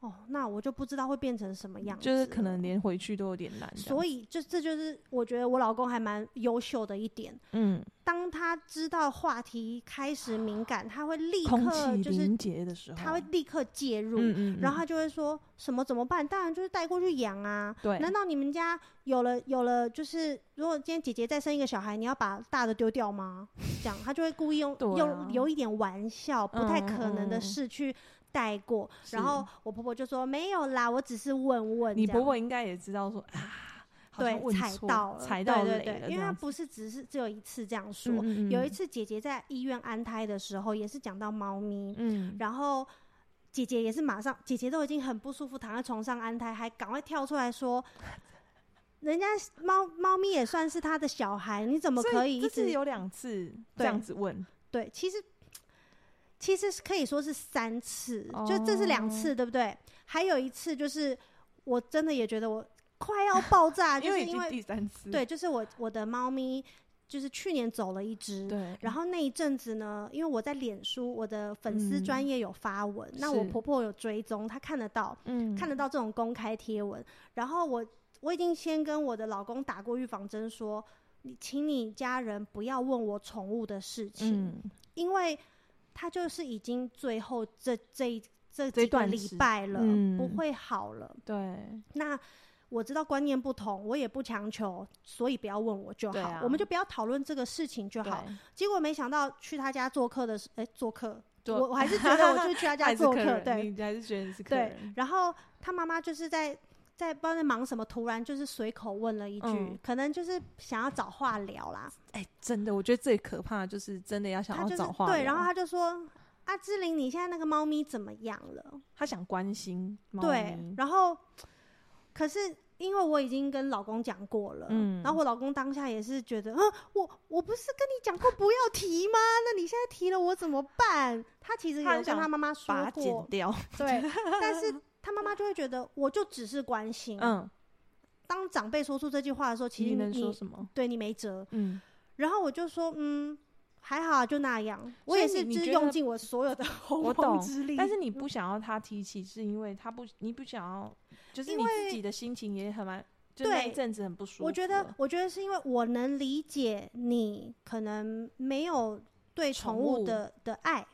Speaker 2: 哦，那我就不知道会变成什么样子
Speaker 1: 就
Speaker 2: 了，
Speaker 1: 是可能连回去都有点难这样，
Speaker 2: 所
Speaker 1: 以
Speaker 2: 以就这就是我觉得我老公还蛮优秀的一点，
Speaker 1: 嗯，
Speaker 2: 当他知道话题开始敏感，他会立
Speaker 1: 空
Speaker 2: 刻
Speaker 1: 气
Speaker 2: 就是
Speaker 1: 凝结的时候，
Speaker 2: 他会立刻介入，
Speaker 1: 嗯嗯，
Speaker 2: 然
Speaker 1: 嗯
Speaker 2: 后他就会说什么怎么办？当然就是带过去养啊。
Speaker 1: 对，
Speaker 2: 难道你们家有了有了，就是如果今天姐姐再生一个小孩，你要把大的丢掉吗？这样他就会故意用、
Speaker 1: 对啊
Speaker 2: 用有一点玩笑，不太
Speaker 1: 嗯
Speaker 2: 可能
Speaker 1: 嗯
Speaker 2: 的
Speaker 1: 嗯
Speaker 2: 事去带过。
Speaker 1: 是
Speaker 2: 然后我婆婆就说没有啦，我只是问问。
Speaker 1: 你
Speaker 2: 这样
Speaker 1: 婆婆应该也知道说啊，好像
Speaker 2: 对
Speaker 1: 问
Speaker 2: 踩
Speaker 1: 错
Speaker 2: 到了，
Speaker 1: 踩到
Speaker 2: 对
Speaker 1: 雷
Speaker 2: 对
Speaker 1: 了
Speaker 2: 对，
Speaker 1: 这
Speaker 2: 因为他
Speaker 1: 样子，
Speaker 2: 不是只是只有一次这样说。
Speaker 1: 嗯
Speaker 2: 有一，次姐姐在医院安胎的时候，也是讲到猫咪，
Speaker 1: 嗯嗯，
Speaker 2: 然后姐姐也是马上，姐姐都已经很不舒服，躺在床上安胎，还赶快跳出 来说：“人家猫猫咪也算是他的小孩，你怎么
Speaker 1: 所
Speaker 2: 可以
Speaker 1: 这
Speaker 2: 一
Speaker 1: 次
Speaker 2: 直
Speaker 1: 有两次这
Speaker 2: 对
Speaker 1: 样子问，
Speaker 2: 对？”其实其实是可以说是三次，就这是两
Speaker 1: 哦
Speaker 2: 次，对不对？还有一次就是我真的也觉得我快要爆炸，啊
Speaker 1: 因
Speaker 2: 就是
Speaker 1: 为已
Speaker 2: 因
Speaker 1: 经
Speaker 2: 为
Speaker 1: 第三次，
Speaker 2: 对，就是我我的猫咪就是去年走了一只，
Speaker 1: 对，
Speaker 2: 然后那一阵子呢，因为我在脸书我的粉丝
Speaker 1: 嗯
Speaker 2: 专业有发文，那我
Speaker 1: 是
Speaker 2: 婆婆有追踪，她看得到，
Speaker 1: 嗯
Speaker 2: 看得到这种公开贴文。然后我我已经先跟我的老公打过预防针说，你请你家人不要问我宠物的事情，
Speaker 1: 嗯，
Speaker 2: 因为他就是已经最后这这一
Speaker 1: 这
Speaker 2: 这几个
Speaker 1: 段
Speaker 2: 礼
Speaker 1: 时
Speaker 2: 拜了，不
Speaker 1: 嗯
Speaker 2: 会好了。
Speaker 1: 对，
Speaker 2: 那我知道观念不同，我也不强求，所以不要问我就好，
Speaker 1: 对啊
Speaker 2: 我们就不要讨论这个事情就好。
Speaker 1: 对，
Speaker 2: 结果没想到去他家做客的时，哎、做客，
Speaker 1: 做
Speaker 2: 我我还是觉得我就是去他
Speaker 1: 还
Speaker 2: 家
Speaker 1: 是
Speaker 2: 做
Speaker 1: 客
Speaker 2: 客，
Speaker 1: 人嗯
Speaker 2: 对
Speaker 1: 你还是觉得你是客
Speaker 2: 对
Speaker 1: 人。
Speaker 2: 然后他妈妈就是在在不知道在忙什么，突然就是随口问了一句，
Speaker 1: 嗯
Speaker 2: 可能就是想要找话聊啦，
Speaker 1: 哎，真的，我觉得最可怕的就是真的要想
Speaker 2: 他
Speaker 1: 要
Speaker 2: 就是
Speaker 1: 找话聊，
Speaker 2: 对，然后他就说。啊，志玲，你现在那个猫咪怎么样了？
Speaker 1: 他想关心猫
Speaker 2: 对
Speaker 1: 咪，
Speaker 2: 然后可是因为我已经跟老公讲过了，
Speaker 1: 嗯
Speaker 2: 然后我老公当下也是觉得，嗯，我我不是跟你讲过不要提吗？那你现在提了我怎么办？他其实有
Speaker 1: 他很
Speaker 2: 跟
Speaker 1: 想
Speaker 2: 他妈妈
Speaker 1: 把
Speaker 2: 说
Speaker 1: 它剪
Speaker 2: 过，
Speaker 1: 掉，
Speaker 2: 对， 但是他妈妈就会觉得我就只是关心。
Speaker 1: 嗯，
Speaker 2: 当长辈说出这句话的时候，其
Speaker 1: 你
Speaker 2: 实
Speaker 1: 能
Speaker 2: 你
Speaker 1: 说什么？
Speaker 2: 对你没辙。
Speaker 1: 嗯，
Speaker 2: 然后我就说，嗯，还好啊，就那样。我
Speaker 1: 所以你
Speaker 2: 也是
Speaker 1: 你
Speaker 2: 就是
Speaker 1: 觉
Speaker 2: 用
Speaker 1: 得
Speaker 2: 尽我所有的
Speaker 1: 我
Speaker 2: 洪
Speaker 1: 懂
Speaker 2: 荒之嗯力，
Speaker 1: 但是你不想要他提起，是因为他不，你不想要，就是
Speaker 2: 因
Speaker 1: 你
Speaker 2: 为
Speaker 1: 自己的心情也很蛮，就那
Speaker 2: 对
Speaker 1: 一阵子很不舒服了。
Speaker 2: 我觉得，我觉得是因为我能理解你可能没有对宠
Speaker 1: 宠
Speaker 2: 物
Speaker 1: 物
Speaker 2: 的的爱，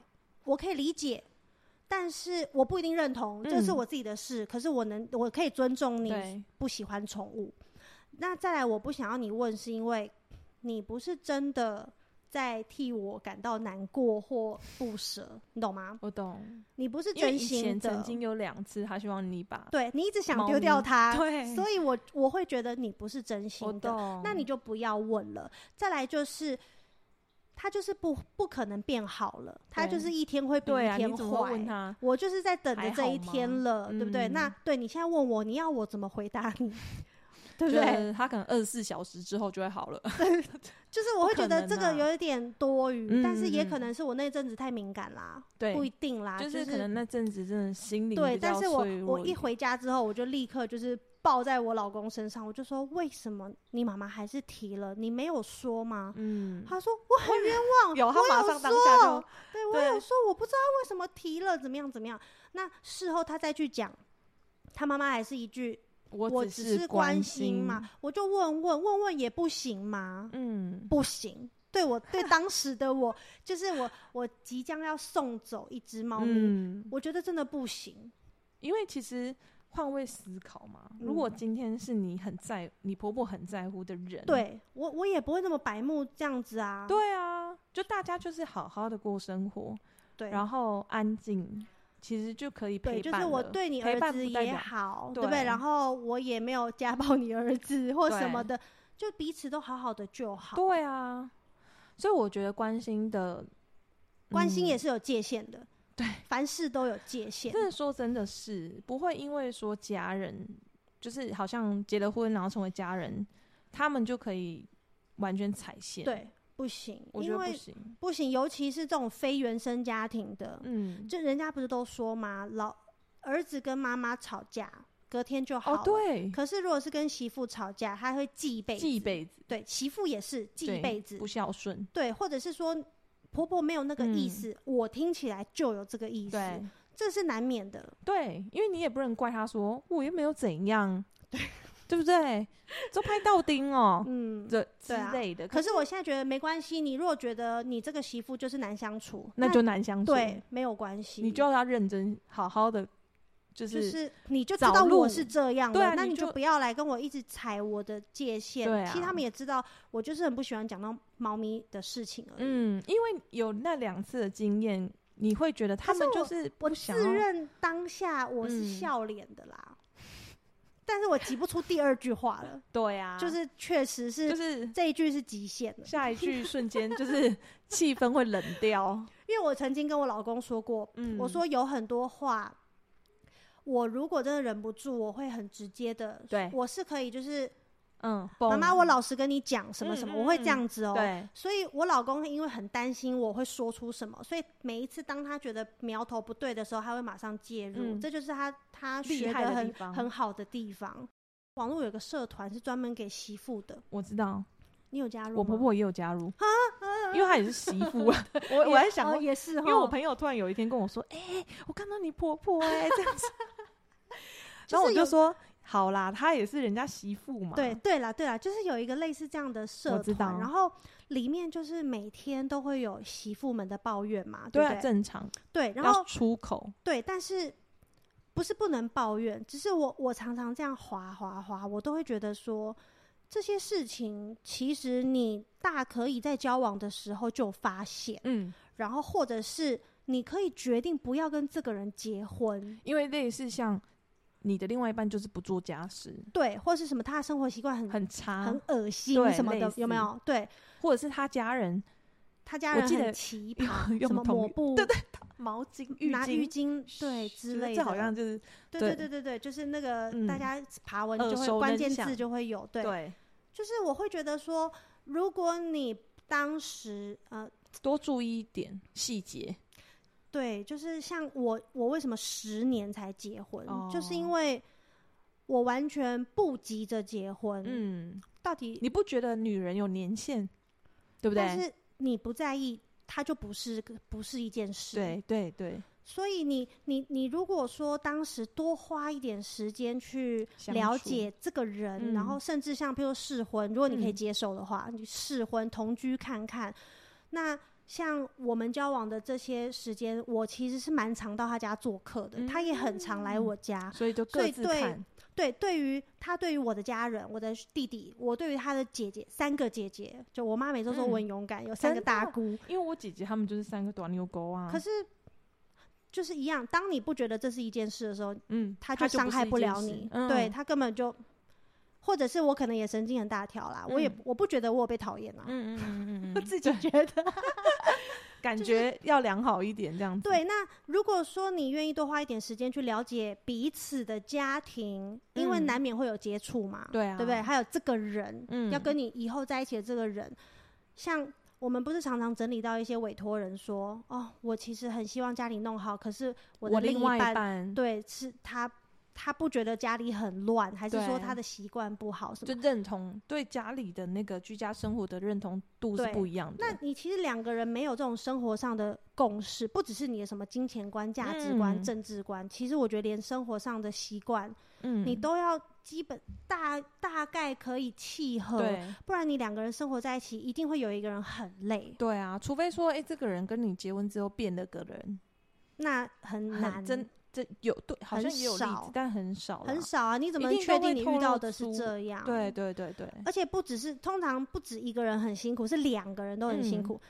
Speaker 2: 我可以理解，但是我不一定认同，这是
Speaker 1: 嗯
Speaker 2: 我自己的事。可是我能，我可以尊重你
Speaker 1: 对，
Speaker 2: 不喜欢宠物。那再来，我不想要你问，是因为你不是真的在替我感到难过或不舍，你懂吗？
Speaker 1: 我懂，
Speaker 2: 你不是
Speaker 1: 因为
Speaker 2: 真
Speaker 1: 以前
Speaker 2: 心
Speaker 1: 曾
Speaker 2: 的，
Speaker 1: 经有两次，他希望你把，
Speaker 2: 对你一直想
Speaker 1: 猫
Speaker 2: 丢掉
Speaker 1: 咪
Speaker 2: 它，
Speaker 1: 对
Speaker 2: 所以我我会觉得你不是真
Speaker 1: 我
Speaker 2: 心的，
Speaker 1: 懂，
Speaker 2: 那你就不要问了。再来就是，他就是不不可能变好了，他就
Speaker 1: 对
Speaker 2: 是一天会比一
Speaker 1: 对啊，
Speaker 2: 天
Speaker 1: 你怎么会问
Speaker 2: 坏。
Speaker 1: 他？
Speaker 2: 我就是在等着
Speaker 1: 还
Speaker 2: 这一
Speaker 1: 好吗
Speaker 2: 天了，对不对？那
Speaker 1: 嗯
Speaker 2: 对你现在问我，你要我怎么回答 你，对
Speaker 1: 就
Speaker 2: 不对？
Speaker 1: 是他可能二十四小时之后就会好了，
Speaker 2: 就是我会
Speaker 1: 可
Speaker 2: 觉得
Speaker 1: 能
Speaker 2: 这个
Speaker 1: 啊
Speaker 2: 有一点多余，但是也可
Speaker 1: 嗯嗯嗯
Speaker 2: 能是我那阵子太敏感啦，
Speaker 1: 对，
Speaker 2: 不一啊定啦，
Speaker 1: 就是是可能那阵子真的心灵
Speaker 2: 对，
Speaker 1: 比较
Speaker 2: 但是我
Speaker 1: 脆弱
Speaker 2: 我一回家之后，我就立刻就是抱在我老公身上，我就说：“为什么你妈妈还是提了？你没有说吗？”
Speaker 1: 嗯，
Speaker 2: 他说：“我很冤枉，
Speaker 1: 有他
Speaker 2: 我
Speaker 1: 马
Speaker 2: 有
Speaker 1: 上当
Speaker 2: 哦说
Speaker 1: 下就
Speaker 2: 对我
Speaker 1: 对
Speaker 2: 有说我不知道为什么提了，怎么样怎么样。”那事后他再去讲，他妈妈还是一句
Speaker 1: 我：“
Speaker 2: 我
Speaker 1: 只
Speaker 2: 只是
Speaker 1: 关
Speaker 2: 关心嘛。”我就问问问问也不行吗？
Speaker 1: 嗯，
Speaker 2: 不行。对我对当时的我，就是我我即将要送走一只猫咪，
Speaker 1: 嗯，
Speaker 2: 我觉得真的不行。
Speaker 1: 因为其实换位思考嘛，如
Speaker 2: 嗯
Speaker 1: 果今天是你很在你婆婆很在乎的人，
Speaker 2: 对我我也不会那么白目这样子啊。
Speaker 1: 对啊，就大家就是好好的过生活，
Speaker 2: 对，
Speaker 1: 然后安静，其实就可以陪
Speaker 2: 对，就
Speaker 1: 伴
Speaker 2: 是我
Speaker 1: 了
Speaker 2: 对你
Speaker 1: 陪
Speaker 2: 儿
Speaker 1: 伴
Speaker 2: 子
Speaker 1: 不代
Speaker 2: 也
Speaker 1: 表
Speaker 2: 好，
Speaker 1: 对
Speaker 2: 对不对？然后我也没有家暴你儿子或什么
Speaker 1: 对
Speaker 2: 的，就彼此都好好的就好。
Speaker 1: 对啊，所以我觉得关心的
Speaker 2: 关心
Speaker 1: 嗯
Speaker 2: 也是有界限的，
Speaker 1: 对，
Speaker 2: 凡事都有界限。
Speaker 1: 真的说真的是不会因为说家人就是好像结了婚然后成为家人，他们就可以完全踩线。，
Speaker 2: 对，不行，
Speaker 1: 我觉
Speaker 2: 因
Speaker 1: 得不
Speaker 2: 为
Speaker 1: 行。
Speaker 2: 不行，尤其是这种非原生家庭的，
Speaker 1: 嗯，
Speaker 2: 就人家不是都说嘛，老儿子跟妈妈吵架，隔天就好
Speaker 1: 哦
Speaker 2: 了。
Speaker 1: 对，
Speaker 2: 可是如果是跟媳妇吵架，他会记一辈子。
Speaker 1: 记一辈子，
Speaker 2: 对，媳妇也是记
Speaker 1: 对
Speaker 2: 一辈子
Speaker 1: 不。孝顺，
Speaker 2: 对，或者是说婆婆没有那个意
Speaker 1: 嗯
Speaker 2: 思，我听起来就有这个意思，
Speaker 1: 对
Speaker 2: 这是难免的。
Speaker 1: 对，因为你也不能怪他说我又没有怎样，对不对？就拍到钉哦，
Speaker 2: 嗯，
Speaker 1: 这之
Speaker 2: 对啊
Speaker 1: 类的。
Speaker 2: 可是我现在觉得没关系，你如果觉得你这个媳妇就是难相处，
Speaker 1: 那就难相处，
Speaker 2: 对，没有关系，
Speaker 1: 你就要认真好好的，就
Speaker 2: 就是是你就知
Speaker 1: 找
Speaker 2: 道我
Speaker 1: 路
Speaker 2: 是这样
Speaker 1: 对啊
Speaker 2: 的，那
Speaker 1: 你
Speaker 2: 你就
Speaker 1: 就
Speaker 2: 不要来跟我一直踩我的界限。
Speaker 1: 对啊
Speaker 2: 其实他们也知道，我就是很不喜欢讲到猫咪的事情而已。
Speaker 1: 嗯，因为有那两次的经验，你会觉得他
Speaker 2: 是
Speaker 1: 们
Speaker 2: 我
Speaker 1: 就是
Speaker 2: 我
Speaker 1: 不想
Speaker 2: 自
Speaker 1: 要
Speaker 2: 认当下我是
Speaker 1: 嗯
Speaker 2: 笑脸的啦， 但是我挤不出第二句话了，
Speaker 1: 对啊，
Speaker 2: 就是确实是
Speaker 1: 就是
Speaker 2: 这一句是极限的，
Speaker 1: 下一句瞬间就是气氛会冷掉。
Speaker 2: 因为我曾经跟我老公说过，
Speaker 1: 嗯，
Speaker 2: 我说有很多话，我如果真的忍不住，我会很直接的，
Speaker 1: 对
Speaker 2: 我是可以就是
Speaker 1: 嗯，
Speaker 2: 妈妈，
Speaker 1: 嘣
Speaker 2: 我老实跟你讲什么什么，我会这样子哦、
Speaker 1: 嗯对
Speaker 2: 所以，我老公因为很担心我会说出什么，所以每一次当他觉得苗头不对的时候，他会马上介入。
Speaker 1: 嗯
Speaker 2: 这就是他他
Speaker 1: 厉
Speaker 2: 学
Speaker 1: 害
Speaker 2: 的
Speaker 1: 的
Speaker 2: 很
Speaker 1: 地方
Speaker 2: 很好的地方。网络有个社团是专门给媳妇的，
Speaker 1: 我知道，
Speaker 2: 你有加入吗？啊
Speaker 1: 我婆婆也有加入因为她也是媳妇啊。我我还想
Speaker 2: 哦
Speaker 1: 过，
Speaker 2: 也是
Speaker 1: 因
Speaker 2: 哈，
Speaker 1: 为我朋友突然有一天跟我说：“哎，我看到你婆婆哎，这样 子。”然后我
Speaker 2: 有
Speaker 1: 就说：“好啦，她也是人家媳妇嘛。”
Speaker 2: 对，对啦，对啦，就是有一个类似这样的社
Speaker 1: 我知
Speaker 2: 团，
Speaker 1: 道
Speaker 2: 然后里面就是每天都会有媳妇们的抱怨嘛，
Speaker 1: 对
Speaker 2: 不
Speaker 1: 啊，
Speaker 2: 对？
Speaker 1: 正常。
Speaker 2: 对，然
Speaker 1: 要
Speaker 2: 后
Speaker 1: 出口，
Speaker 2: 对，但是不是不能抱怨，只是我我常常这样滑滑滑，我都会觉得说这些事情其实你大可以在交往的时候就发现，
Speaker 1: 嗯，
Speaker 2: 然后或者是你可以决定不要跟这个人结婚。
Speaker 1: 因为类似像你的另外一半就是不做家事，
Speaker 2: 对，或是什么，他的生活习惯很
Speaker 1: 很差，
Speaker 2: 很恶心
Speaker 1: 对
Speaker 2: 什么
Speaker 1: 类
Speaker 2: 的，有没
Speaker 1: 似
Speaker 2: 有？对，
Speaker 1: 或者是他家人
Speaker 2: 他家
Speaker 1: 我
Speaker 2: 人
Speaker 1: 记
Speaker 2: 很
Speaker 1: 得
Speaker 2: 奇
Speaker 1: 用
Speaker 2: 葩，
Speaker 1: 用
Speaker 2: 什么
Speaker 1: 同
Speaker 2: 抹
Speaker 1: 浴
Speaker 2: 布，
Speaker 1: 对对毛巾、浴
Speaker 2: 拿浴
Speaker 1: 巾
Speaker 2: 巾，对
Speaker 1: 就
Speaker 2: 之
Speaker 1: 是
Speaker 2: 类的，
Speaker 1: 这好像就是对
Speaker 2: 对对对对对，就是那个大
Speaker 1: 嗯
Speaker 2: 家爬文
Speaker 1: 耳
Speaker 2: 就会
Speaker 1: 熟
Speaker 2: 关
Speaker 1: 能
Speaker 2: 键字
Speaker 1: 详
Speaker 2: 就会有，对，
Speaker 1: 对
Speaker 2: 就是我会觉得说，如果你当时呃，
Speaker 1: 多注意一点细节，
Speaker 2: 对，就是像我，我为什么十年才结婚，就是因
Speaker 1: 哦
Speaker 2: 为我完全不急着结婚，
Speaker 1: 嗯，
Speaker 2: 到底
Speaker 1: 你不觉得女人有年限，对不
Speaker 2: 但
Speaker 1: 对？
Speaker 2: 是你不在意，它就不是个不是一件事，
Speaker 1: 对对对，
Speaker 2: 所以你你你如果说当时多花一点时间去
Speaker 1: 相
Speaker 2: 了
Speaker 1: 处
Speaker 2: 解这个
Speaker 1: 嗯
Speaker 2: 人，然后甚至像比如说试婚，如果你可以
Speaker 1: 嗯
Speaker 2: 接受的话，你试婚同居看看。那像我们交往的这些时间，
Speaker 1: 嗯
Speaker 2: 我其实是蛮常到他家做客的，他也很常来我家，
Speaker 1: 所以就
Speaker 2: 啊所
Speaker 1: 各
Speaker 2: 以
Speaker 1: 自
Speaker 2: 对
Speaker 1: 看，
Speaker 2: 对，对于他，对于我的家人，我的弟弟，我对于他的姐姐，三个姐姐，就我妈每周说我很勇敢，有三个
Speaker 1: 嗯真
Speaker 2: 大
Speaker 1: 的
Speaker 2: 姑，
Speaker 1: 因为我姐姐她们就是三个短牛沟啊。
Speaker 2: 可是就是一样，当你不觉得这是一件事的时候，
Speaker 1: 嗯，
Speaker 2: 他
Speaker 1: 它
Speaker 2: 就
Speaker 1: 就
Speaker 2: 伤
Speaker 1: 不
Speaker 2: 害
Speaker 1: 是一
Speaker 2: 不
Speaker 1: 件
Speaker 2: 了
Speaker 1: 事
Speaker 2: 你，
Speaker 1: 嗯
Speaker 2: 对他根本就，或者是我可能也神经很大条啦，我也
Speaker 1: 嗯
Speaker 2: 我不觉得我有被讨厌啊，
Speaker 1: 嗯嗯嗯嗯
Speaker 2: 我
Speaker 1: 嗯，
Speaker 2: 自己觉得
Speaker 1: 感
Speaker 2: 就是
Speaker 1: 觉要良好一点这样子。
Speaker 2: 对。那如果说你愿意多花一点时间去了解彼此的家庭，因为
Speaker 1: 嗯
Speaker 2: 难免会有接触嘛，
Speaker 1: 对啊，
Speaker 2: 对不对？？还有这个人，
Speaker 1: 嗯，
Speaker 2: 要跟你以后在一起的这个人，像我们不是常常整理到一些委托人说，哦，我其实很希望家里弄好，可是我的
Speaker 1: 我另外
Speaker 2: 一半，
Speaker 1: 半，
Speaker 2: 对，是他他不觉得家里很乱，还是说
Speaker 1: 对
Speaker 2: 他的习惯不好什
Speaker 1: 就
Speaker 2: 么？
Speaker 1: 认同对家里的那个居家生活的认同度是
Speaker 2: 对
Speaker 1: 不一样的。
Speaker 2: 那你其实两个人没有这种生活上的共识，不只是你的什么金钱观、价值观、
Speaker 1: 嗯
Speaker 2: 政治观，其实我觉得连生活上的习惯，
Speaker 1: 嗯，
Speaker 2: 你都要基本大大概可以契合，
Speaker 1: 对
Speaker 2: 不然你两个人生活在一起，一定会有一个人很累。
Speaker 1: 对啊，除非说，哎、这个人跟你结婚之后变了个人，
Speaker 2: 那很
Speaker 1: 很
Speaker 2: 难，
Speaker 1: 真这有对，好
Speaker 2: 很
Speaker 1: 像也有例
Speaker 2: 少
Speaker 1: 子，但很少啦，
Speaker 2: 很少啊！你怎
Speaker 1: 一
Speaker 2: 么
Speaker 1: 定
Speaker 2: 确
Speaker 1: 都会
Speaker 2: 定你
Speaker 1: 透
Speaker 2: 遇到
Speaker 1: 露
Speaker 2: 的是
Speaker 1: 出
Speaker 2: 这样？
Speaker 1: 对，对对对，
Speaker 2: 而且不只是，通常不止一个人很辛苦，是两个人都很辛
Speaker 1: 嗯
Speaker 2: 苦。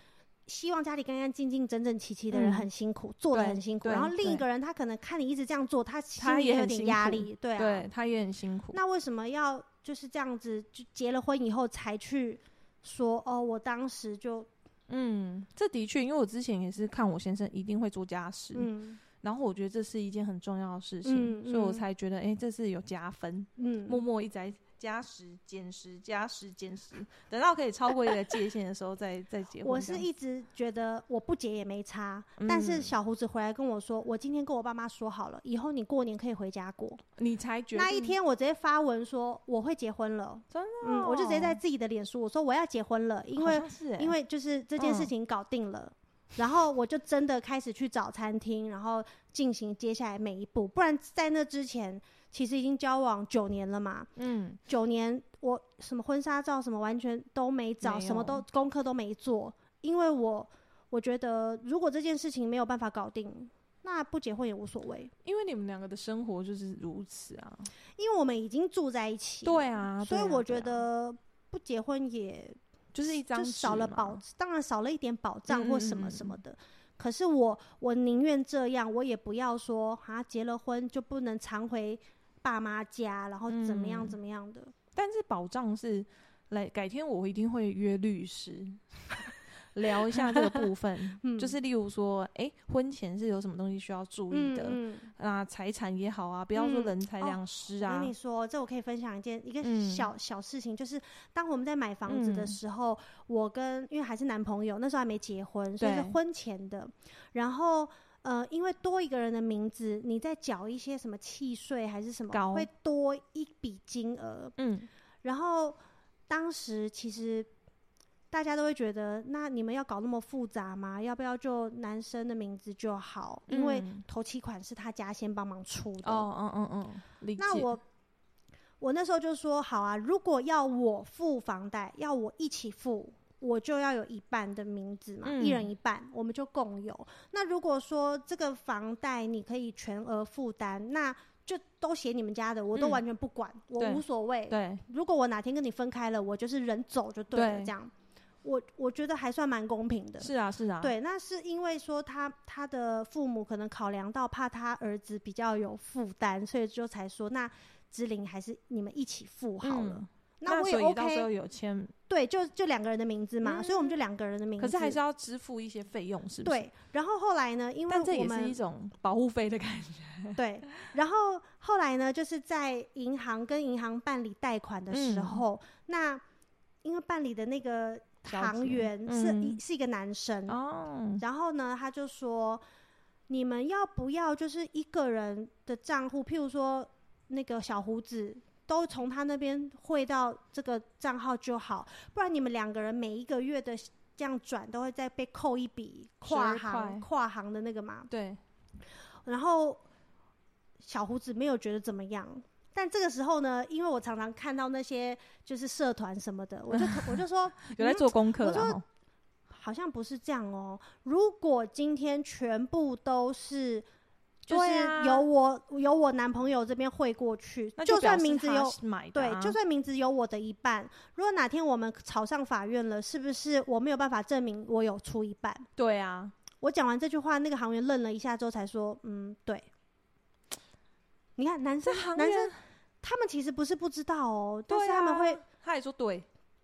Speaker 2: 希望家里干干净净、整整齐齐的人
Speaker 1: 嗯
Speaker 2: 很辛苦，做的
Speaker 1: 对
Speaker 2: 很辛苦。
Speaker 1: 对
Speaker 2: 然后另一
Speaker 1: 对
Speaker 2: 个人他可能看你一直这样做，他心
Speaker 1: 他
Speaker 2: 里
Speaker 1: 也
Speaker 2: 有
Speaker 1: 很
Speaker 2: 点
Speaker 1: 辛
Speaker 2: 压
Speaker 1: 苦
Speaker 2: 力，对啊。
Speaker 1: 对他也很辛苦。
Speaker 2: 那为什么要就是这样子？就结了婚以后才去说哦，我当时就
Speaker 1: 嗯，这的确，因为我之前也是看我先生一定会做家事，
Speaker 2: 嗯
Speaker 1: 然后我觉得这是一件很重要的事情，
Speaker 2: 嗯
Speaker 1: 所以我
Speaker 2: 嗯
Speaker 1: 才觉得，哎、这是有加分。默
Speaker 2: 嗯，
Speaker 1: 默一直在加时、减时、加时、减时，等到可以超过一个界限的时候再 再结婚。
Speaker 2: 我
Speaker 1: 这
Speaker 2: 是
Speaker 1: 样
Speaker 2: 一直觉得我不结也没差，但是
Speaker 1: 嗯
Speaker 2: 小胡子回来跟我说，我今天跟我爸妈说好了，以后你过年可以回家过。
Speaker 1: 你才决定
Speaker 2: 那一天我直接发文说我会结婚了，
Speaker 1: 真的哦、
Speaker 2: 嗯，我就直接在自己的脸书我说我要结婚了，因为
Speaker 1: 好像是欸
Speaker 2: 因为就是这件事
Speaker 1: 嗯
Speaker 2: 情搞定了。然后我就真的开始去找餐厅，然后进行接下来每一步。不然在那之前，其实已经交往九年了嘛，
Speaker 1: 嗯，
Speaker 2: 九年我什么婚纱照什么完全都没找，
Speaker 1: 没有
Speaker 2: 什么都功课都没做，因为我我觉得如果这件事情没有办法搞定，那不结婚也无所谓，
Speaker 1: 因为你们两个的生活就是如此啊，
Speaker 2: 因为我们已经住在一起了，
Speaker 1: 对啊，
Speaker 2: 所以
Speaker 1: 对啊
Speaker 2: 我
Speaker 1: 对啊
Speaker 2: 觉得不结婚也
Speaker 1: 就是一张
Speaker 2: 就少
Speaker 1: 纸
Speaker 2: 了
Speaker 1: 嘛
Speaker 2: 保，当然少了一点保障
Speaker 1: 嗯
Speaker 2: 或
Speaker 1: 嗯
Speaker 2: 什么
Speaker 1: 嗯
Speaker 2: 什么的。可是我我宁愿这样，我也不要说啊结了婚就不能常回爸妈家，然后怎么样
Speaker 1: 嗯
Speaker 2: 怎么样的。
Speaker 1: 但是保障是来改天我一定会约律师聊一下这个部分，
Speaker 2: 嗯
Speaker 1: 就是例如说，哎、婚前是有什么东西需要注意的。
Speaker 2: 嗯嗯
Speaker 1: 那财产也好啊，不要说
Speaker 2: 嗯
Speaker 1: 人财
Speaker 2: 哦
Speaker 1: 两失
Speaker 2: 我
Speaker 1: 啊。
Speaker 2: 跟你说，这我可以分享一件一个
Speaker 1: 嗯
Speaker 2: 小、小事情，就是当我们在买房子的
Speaker 1: 嗯
Speaker 2: 时候，我跟因为还是男朋友，那时候还没结婚，所以是
Speaker 1: 对
Speaker 2: 婚前的。然后呃，因为多一个人的名字，你在缴一些什么契税还是什么，
Speaker 1: 高
Speaker 2: 会多一笔金额。
Speaker 1: 嗯，
Speaker 2: 然后当时其实大家都会觉得，那你们要搞那么复杂吗？要不要就男生的名字就好？因为
Speaker 1: 嗯
Speaker 2: 头期款是他家先帮忙出的。
Speaker 1: 哦，嗯嗯嗯，理解。
Speaker 2: 那我我那时候就说好啊，如果要我付房贷，要我一起付。我就要有一半的名字嘛，
Speaker 1: 嗯
Speaker 2: 一人一半，我们就共有。那如果说这个房贷你可以全额负担，那就都写你们家的，我都
Speaker 1: 嗯
Speaker 2: 完全不管，我
Speaker 1: 对
Speaker 2: 无所谓。
Speaker 1: 对，
Speaker 2: 如果我哪天跟你分开了，我就是人走就对了，
Speaker 1: 对
Speaker 2: 这样，我我觉得还算蛮公平的。
Speaker 1: 是啊是啊，，
Speaker 2: 对，那是因为说他他的父母可能考量到怕他儿子比较有负担，所以就才说那芝玲还是你们一起付好了。
Speaker 1: 嗯
Speaker 2: 那我也
Speaker 1: 所以到时
Speaker 2: OK，
Speaker 1: 候有签，
Speaker 2: 对，就就两个人的名字嘛，
Speaker 1: 嗯
Speaker 2: 所以我们就两个人的名字。
Speaker 1: 可是还是要支付一些费用，是不是？，
Speaker 2: 对。然后后来呢，因为
Speaker 1: 但这
Speaker 2: 我
Speaker 1: 也
Speaker 2: 们
Speaker 1: 是一种保护费的感觉。
Speaker 2: 对，然后后来呢，就是在银行跟银行办理贷款的时
Speaker 1: 嗯
Speaker 2: 候，那因为办理的那个
Speaker 1: 小
Speaker 2: 行
Speaker 1: 姐
Speaker 2: 员是、一
Speaker 1: 嗯
Speaker 2: 是一个男生，
Speaker 1: 哦，
Speaker 2: 然后呢，他就说你们要不要就是一个人的账户，譬如说那个小胡子。都从他那边汇到这个账号就好，不然你们两个人每一个月的这样转都会再被扣一笔跨
Speaker 1: 12块
Speaker 2: 行跨行的那个嘛。
Speaker 1: 对，
Speaker 2: 然后小胡子没有觉得怎么样。但这个时候呢，因为我常常看到那些就是社团什么的， 我就我就说
Speaker 1: 有在
Speaker 2: 嗯
Speaker 1: 做功课
Speaker 2: 我说
Speaker 1: 啦吼，
Speaker 2: 好像不是这样哦。如果今天全部都是就
Speaker 1: 对
Speaker 2: 是
Speaker 1: 啊
Speaker 2: 由我由我男朋友这边汇过去，
Speaker 1: 那
Speaker 2: 就
Speaker 1: 表
Speaker 2: 算
Speaker 1: 示
Speaker 2: 名字
Speaker 1: 他
Speaker 2: 有
Speaker 1: 是买的、
Speaker 2: 对
Speaker 1: 啊，，
Speaker 2: 就算名字有我的一半，如果哪天我们吵上法院了，是不是我没有办法证明我有出一半？
Speaker 1: 对啊，
Speaker 2: 我讲完这句话，那个行员愣了一下之后才说：“嗯，对。”你看，男
Speaker 1: 这
Speaker 2: 生
Speaker 1: 行
Speaker 2: 男
Speaker 1: 业
Speaker 2: 生他们其实不是不知道哦，但
Speaker 1: 对
Speaker 2: 是他们
Speaker 1: 啊
Speaker 2: 会，
Speaker 1: 他也说对，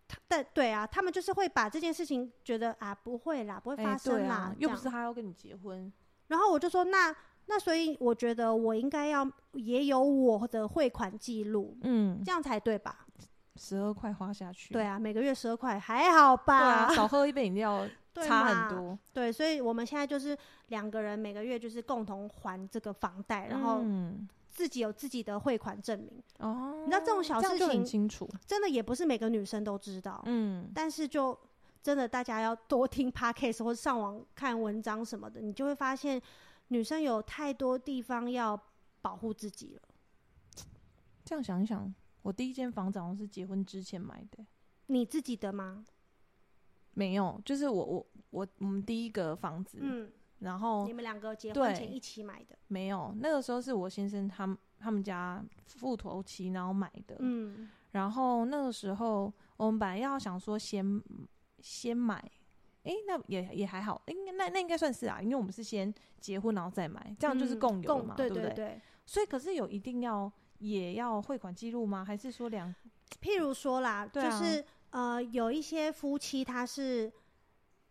Speaker 2: 他但对啊，他们就是会把这件事情觉得啊不会啦，不会
Speaker 1: 哎
Speaker 2: 发
Speaker 1: 对
Speaker 2: 生啦，
Speaker 1: 啊，
Speaker 2: 这
Speaker 1: 又不
Speaker 2: 样
Speaker 1: 是他要跟你结婚，
Speaker 2: 然后我就说那那所以我觉得我应该要也有我的汇款记录，
Speaker 1: 嗯
Speaker 2: 这，样才对吧？
Speaker 1: 十二块花下去，
Speaker 2: 对啊，每个月十二块还好
Speaker 1: 对
Speaker 2: 吧？
Speaker 1: 啊，少喝一杯饮料
Speaker 2: 对
Speaker 1: 差
Speaker 2: 嘛
Speaker 1: 很多，
Speaker 2: 对，所以我们现在就是两个人每个月就是共同还这个房贷，然后
Speaker 1: 嗯
Speaker 2: 自己有自己的汇款证明。
Speaker 1: 哦，
Speaker 2: 你知道这种小
Speaker 1: 这样
Speaker 2: 事
Speaker 1: 就很
Speaker 2: 情
Speaker 1: 清楚，
Speaker 2: 真的也不是每个女生都知道，
Speaker 1: 嗯，
Speaker 2: 但是就真的大家要多听 podcast 或者上网看文章什么的，你就会发现女生有太多地方要保护自己了。
Speaker 1: 这样想一想，我第一间房子好像是结婚之前买的、
Speaker 2: 你自己的吗？
Speaker 1: 没有，就是我我我我们第一个房子，
Speaker 2: 嗯，
Speaker 1: 然后
Speaker 2: 你们两个结
Speaker 1: 对
Speaker 2: 婚前一起买的。
Speaker 1: 没有，那个时候是我先生他们他们家付头期然后买的，
Speaker 2: 嗯，
Speaker 1: 然后那个时候我们本来要想说先先买，诶，那也也还好，应该那那应该算是啊，因为我们是先结婚然后再买，这样就是
Speaker 2: 嗯
Speaker 1: 共有了嘛，
Speaker 2: 共对
Speaker 1: 不
Speaker 2: 对
Speaker 1: 对？所以可是有一定要也要汇款记录吗？还是说两
Speaker 2: 譬如说啦，
Speaker 1: 对啊
Speaker 2: 就是呃，有一些夫妻他是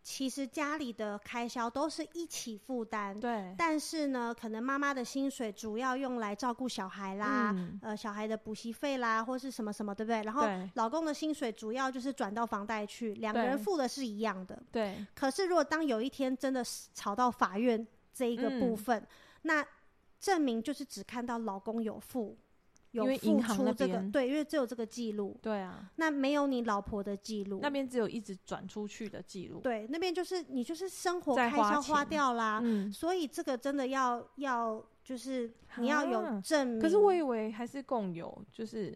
Speaker 2: 其实家里的开销都是一起负担，
Speaker 1: 对
Speaker 2: 但是呢，可能妈妈的薪水主要用来照顾小孩啦，
Speaker 1: 嗯
Speaker 2: 呃，小孩的补习费啦，或是什么什么，对不对？然后
Speaker 1: 对
Speaker 2: 老公的薪水主要就是转到房贷去，两个人
Speaker 1: 对
Speaker 2: 付的是一样的。
Speaker 1: 对，
Speaker 2: 可是如果当有一天真的是吵到法院这一个部
Speaker 1: 嗯
Speaker 2: 分，那证明就是只看到老公有付，有
Speaker 1: 因为
Speaker 2: 付
Speaker 1: 银行
Speaker 2: 出
Speaker 1: 那
Speaker 2: 这个，
Speaker 1: 边
Speaker 2: 对，因为只有这个记录，
Speaker 1: 对啊，
Speaker 2: 那没有你老婆的记录
Speaker 1: 那。边只有一直转出去的记录。
Speaker 2: 对，啊那边就是你就是生活
Speaker 1: 在
Speaker 2: 开
Speaker 1: 花
Speaker 2: 销花
Speaker 1: 钱
Speaker 2: 掉啦，
Speaker 1: 嗯，
Speaker 2: 所以这个真的要要就是你要有
Speaker 1: 啊
Speaker 2: 证明。
Speaker 1: 可是我以为还是共有，就是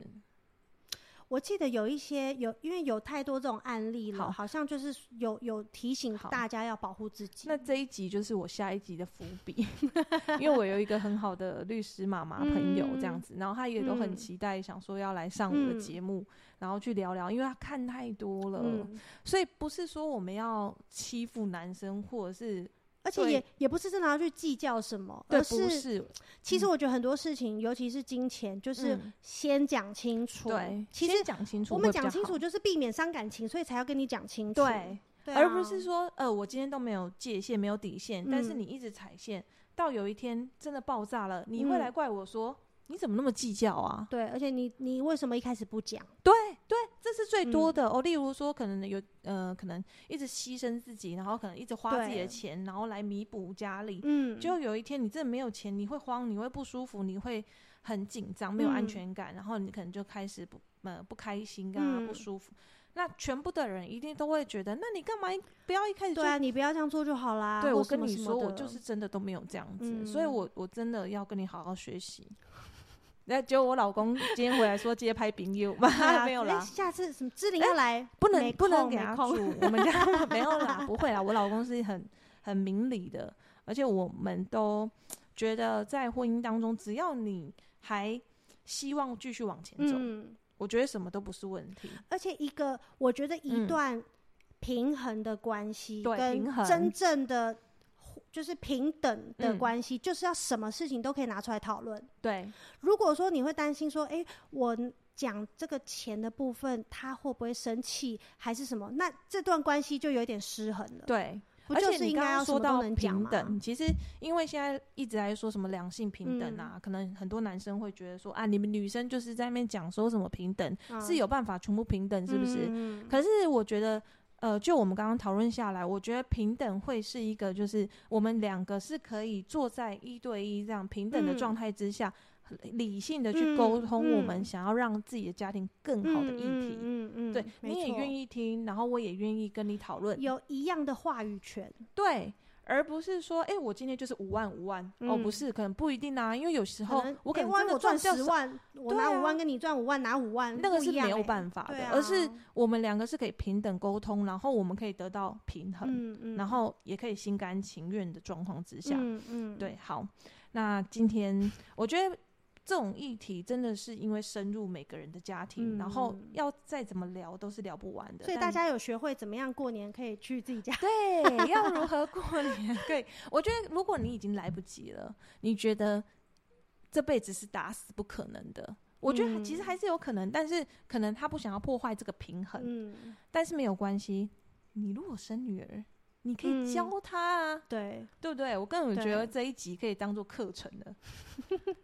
Speaker 2: 我记得有一些有，因为有太多这种案例了，
Speaker 1: 好
Speaker 2: 好像就是有有提醒
Speaker 1: 好
Speaker 2: 大家要保护自己。
Speaker 1: 那这一集就是我下一集的伏笔， 因为我有一个很好的律师妈妈朋友这样子，然后她也都很
Speaker 2: 嗯
Speaker 1: 期待，想说要来上我的
Speaker 2: 嗯
Speaker 1: 节目，然后去聊聊，因为她看太多了，
Speaker 2: 嗯，
Speaker 1: 所以不是说我们要欺负男生，或者是
Speaker 2: 而且
Speaker 1: 对
Speaker 2: 也也不是真的要去计较什么，
Speaker 1: 对，
Speaker 2: 而
Speaker 1: 不
Speaker 2: 是
Speaker 1: 是
Speaker 2: 其实我觉得很多事情，尤其是金钱，就是
Speaker 1: 嗯
Speaker 2: 先讲清楚。
Speaker 1: 对，
Speaker 2: 其
Speaker 1: 先
Speaker 2: 实
Speaker 1: 讲清楚，
Speaker 2: 我们讲清楚，就是避免伤感情，所以才要跟你讲清楚。
Speaker 1: 对，
Speaker 2: 对啊，
Speaker 1: 而不是说呃我今天都没有界限，没有底线，但是
Speaker 2: 嗯
Speaker 1: 你一直踩线，到有一天真的爆炸了，你会
Speaker 2: 嗯
Speaker 1: 来怪我说、你怎么那么计较啊？
Speaker 2: 对，而且你你为什么一开始不讲？
Speaker 1: 对对，这是最多
Speaker 2: 嗯
Speaker 1: 的、哦。例如说，可能有呃，可能一直牺牲自己，然后可能一直花自己的
Speaker 2: 对
Speaker 1: 钱，然后来弥补家里。
Speaker 2: 嗯，
Speaker 1: 就有一天你真的没有钱，你会慌，你会不舒服，你会很紧张，没有安
Speaker 2: 嗯
Speaker 1: 全感，然后你可能就开始不呃不开心啊，不
Speaker 2: 嗯
Speaker 1: 舒服。那全部的人一定都会觉得，那你干嘛一不要一开始就
Speaker 2: 对啊，你不要这样做就好啦。
Speaker 1: 对
Speaker 2: 啊或
Speaker 1: 我
Speaker 2: 什
Speaker 1: 跟
Speaker 2: 么
Speaker 1: 你
Speaker 2: 什么
Speaker 1: 说，我
Speaker 2: 的
Speaker 1: 就是真的都没有这样子，所以
Speaker 2: 嗯
Speaker 1: 我我真的要跟你好好学习。那结果我老公今天回来说接拍饼友嘛，
Speaker 2: 对 啊
Speaker 1: 没有
Speaker 2: 哎
Speaker 1: 啦，哎
Speaker 2: 下次什么志玲要来，
Speaker 1: 不
Speaker 2: 没
Speaker 1: 能不能
Speaker 2: 空
Speaker 1: 给
Speaker 2: 没
Speaker 1: 他
Speaker 2: 空
Speaker 1: 住，我们 家没有啦，不会啦。我老公是很很明理的，而且我们都觉得在婚姻当中，只要你还希望继续往前走，
Speaker 2: 嗯，
Speaker 1: 我觉得什么都不是问题。
Speaker 2: 而且一个我觉得一
Speaker 1: 嗯
Speaker 2: 段平衡的关系，
Speaker 1: 对
Speaker 2: 跟
Speaker 1: 平衡
Speaker 2: 真正的互就是平等的
Speaker 1: 嗯
Speaker 2: 关系，就是要什么事情都可以拿出来讨论。
Speaker 1: 对，
Speaker 2: 如果说你会担心说，哎、我讲这个钱的部分，他会不会生气，还是什么？那这段关系就有点失衡了。
Speaker 1: 对，
Speaker 2: 不
Speaker 1: 而
Speaker 2: 就
Speaker 1: 且
Speaker 2: 是
Speaker 1: 你
Speaker 2: 应
Speaker 1: 刚
Speaker 2: 该
Speaker 1: 刚
Speaker 2: 要什
Speaker 1: 说
Speaker 2: 么都
Speaker 1: 到
Speaker 2: 能讲
Speaker 1: 平
Speaker 2: 吗
Speaker 1: 等，其实因为现在一直在说什么两性平等
Speaker 2: 嗯
Speaker 1: 啊，可能很多男生会觉得说啊，你们女生就是在那边讲说什么平等，
Speaker 2: 嗯
Speaker 1: 是有办法全部平等，是不是？
Speaker 2: 嗯嗯
Speaker 1: 可是我觉得，呃，就我们刚刚讨论下来，我觉得平等会是一个，就是我们两个是可以坐在一对一这样平等的
Speaker 2: 嗯
Speaker 1: 状态之下，理性的去沟
Speaker 2: 嗯
Speaker 1: 通我
Speaker 2: 嗯
Speaker 1: 们想要让自己的家庭更好的议题。
Speaker 2: 嗯嗯嗯，
Speaker 1: 对，
Speaker 2: 没
Speaker 1: 你也
Speaker 2: 错
Speaker 1: 愿意听，然后我也愿意跟你讨论，
Speaker 2: 有一样的话语权。
Speaker 1: 对，而不是说，哎、我今天就是五万五万、哦，不
Speaker 2: 嗯
Speaker 1: 是，可能不一定啊，因为有时候
Speaker 2: 可能
Speaker 1: 我可
Speaker 2: 诶
Speaker 1: 能
Speaker 2: 万
Speaker 1: 真的
Speaker 2: 一我赚
Speaker 1: 掉
Speaker 2: 十
Speaker 1: 少，
Speaker 2: 万，我
Speaker 1: 对
Speaker 2: 拿五
Speaker 1: 啊
Speaker 2: 万跟你赚五万，拿五万，
Speaker 1: 那个
Speaker 2: 不
Speaker 1: 是
Speaker 2: 一样
Speaker 1: 没有
Speaker 2: 欸
Speaker 1: 办法
Speaker 2: 对
Speaker 1: 的，
Speaker 2: 啊、
Speaker 1: 而是我们两个是可以平等沟通，然后我们可以得到平衡。
Speaker 2: 嗯嗯，
Speaker 1: 然后也可以心甘情愿的状况之下，
Speaker 2: 嗯嗯，
Speaker 1: 对，好，那今天我觉得这种议题真的是因为深入每个人的家庭，然后
Speaker 2: 嗯
Speaker 1: 要再怎么聊都是聊不完的。
Speaker 2: 所以大
Speaker 1: 但
Speaker 2: 家有学会怎么样过年可以去自己家
Speaker 1: 对要如何过年？ 对，我觉得如果你已经来不及了，你觉得这辈子是打死不可能的。我觉得还其实
Speaker 2: 嗯
Speaker 1: 还是有可能，但是可能他不想要破坏这个平衡，
Speaker 2: 嗯，
Speaker 1: 但是没有关系。你如果生女儿，你可以
Speaker 2: 嗯
Speaker 1: 教她啊，
Speaker 2: 对，
Speaker 1: 对不对？我更觉得
Speaker 2: 对
Speaker 1: 这一集可以当做课程了，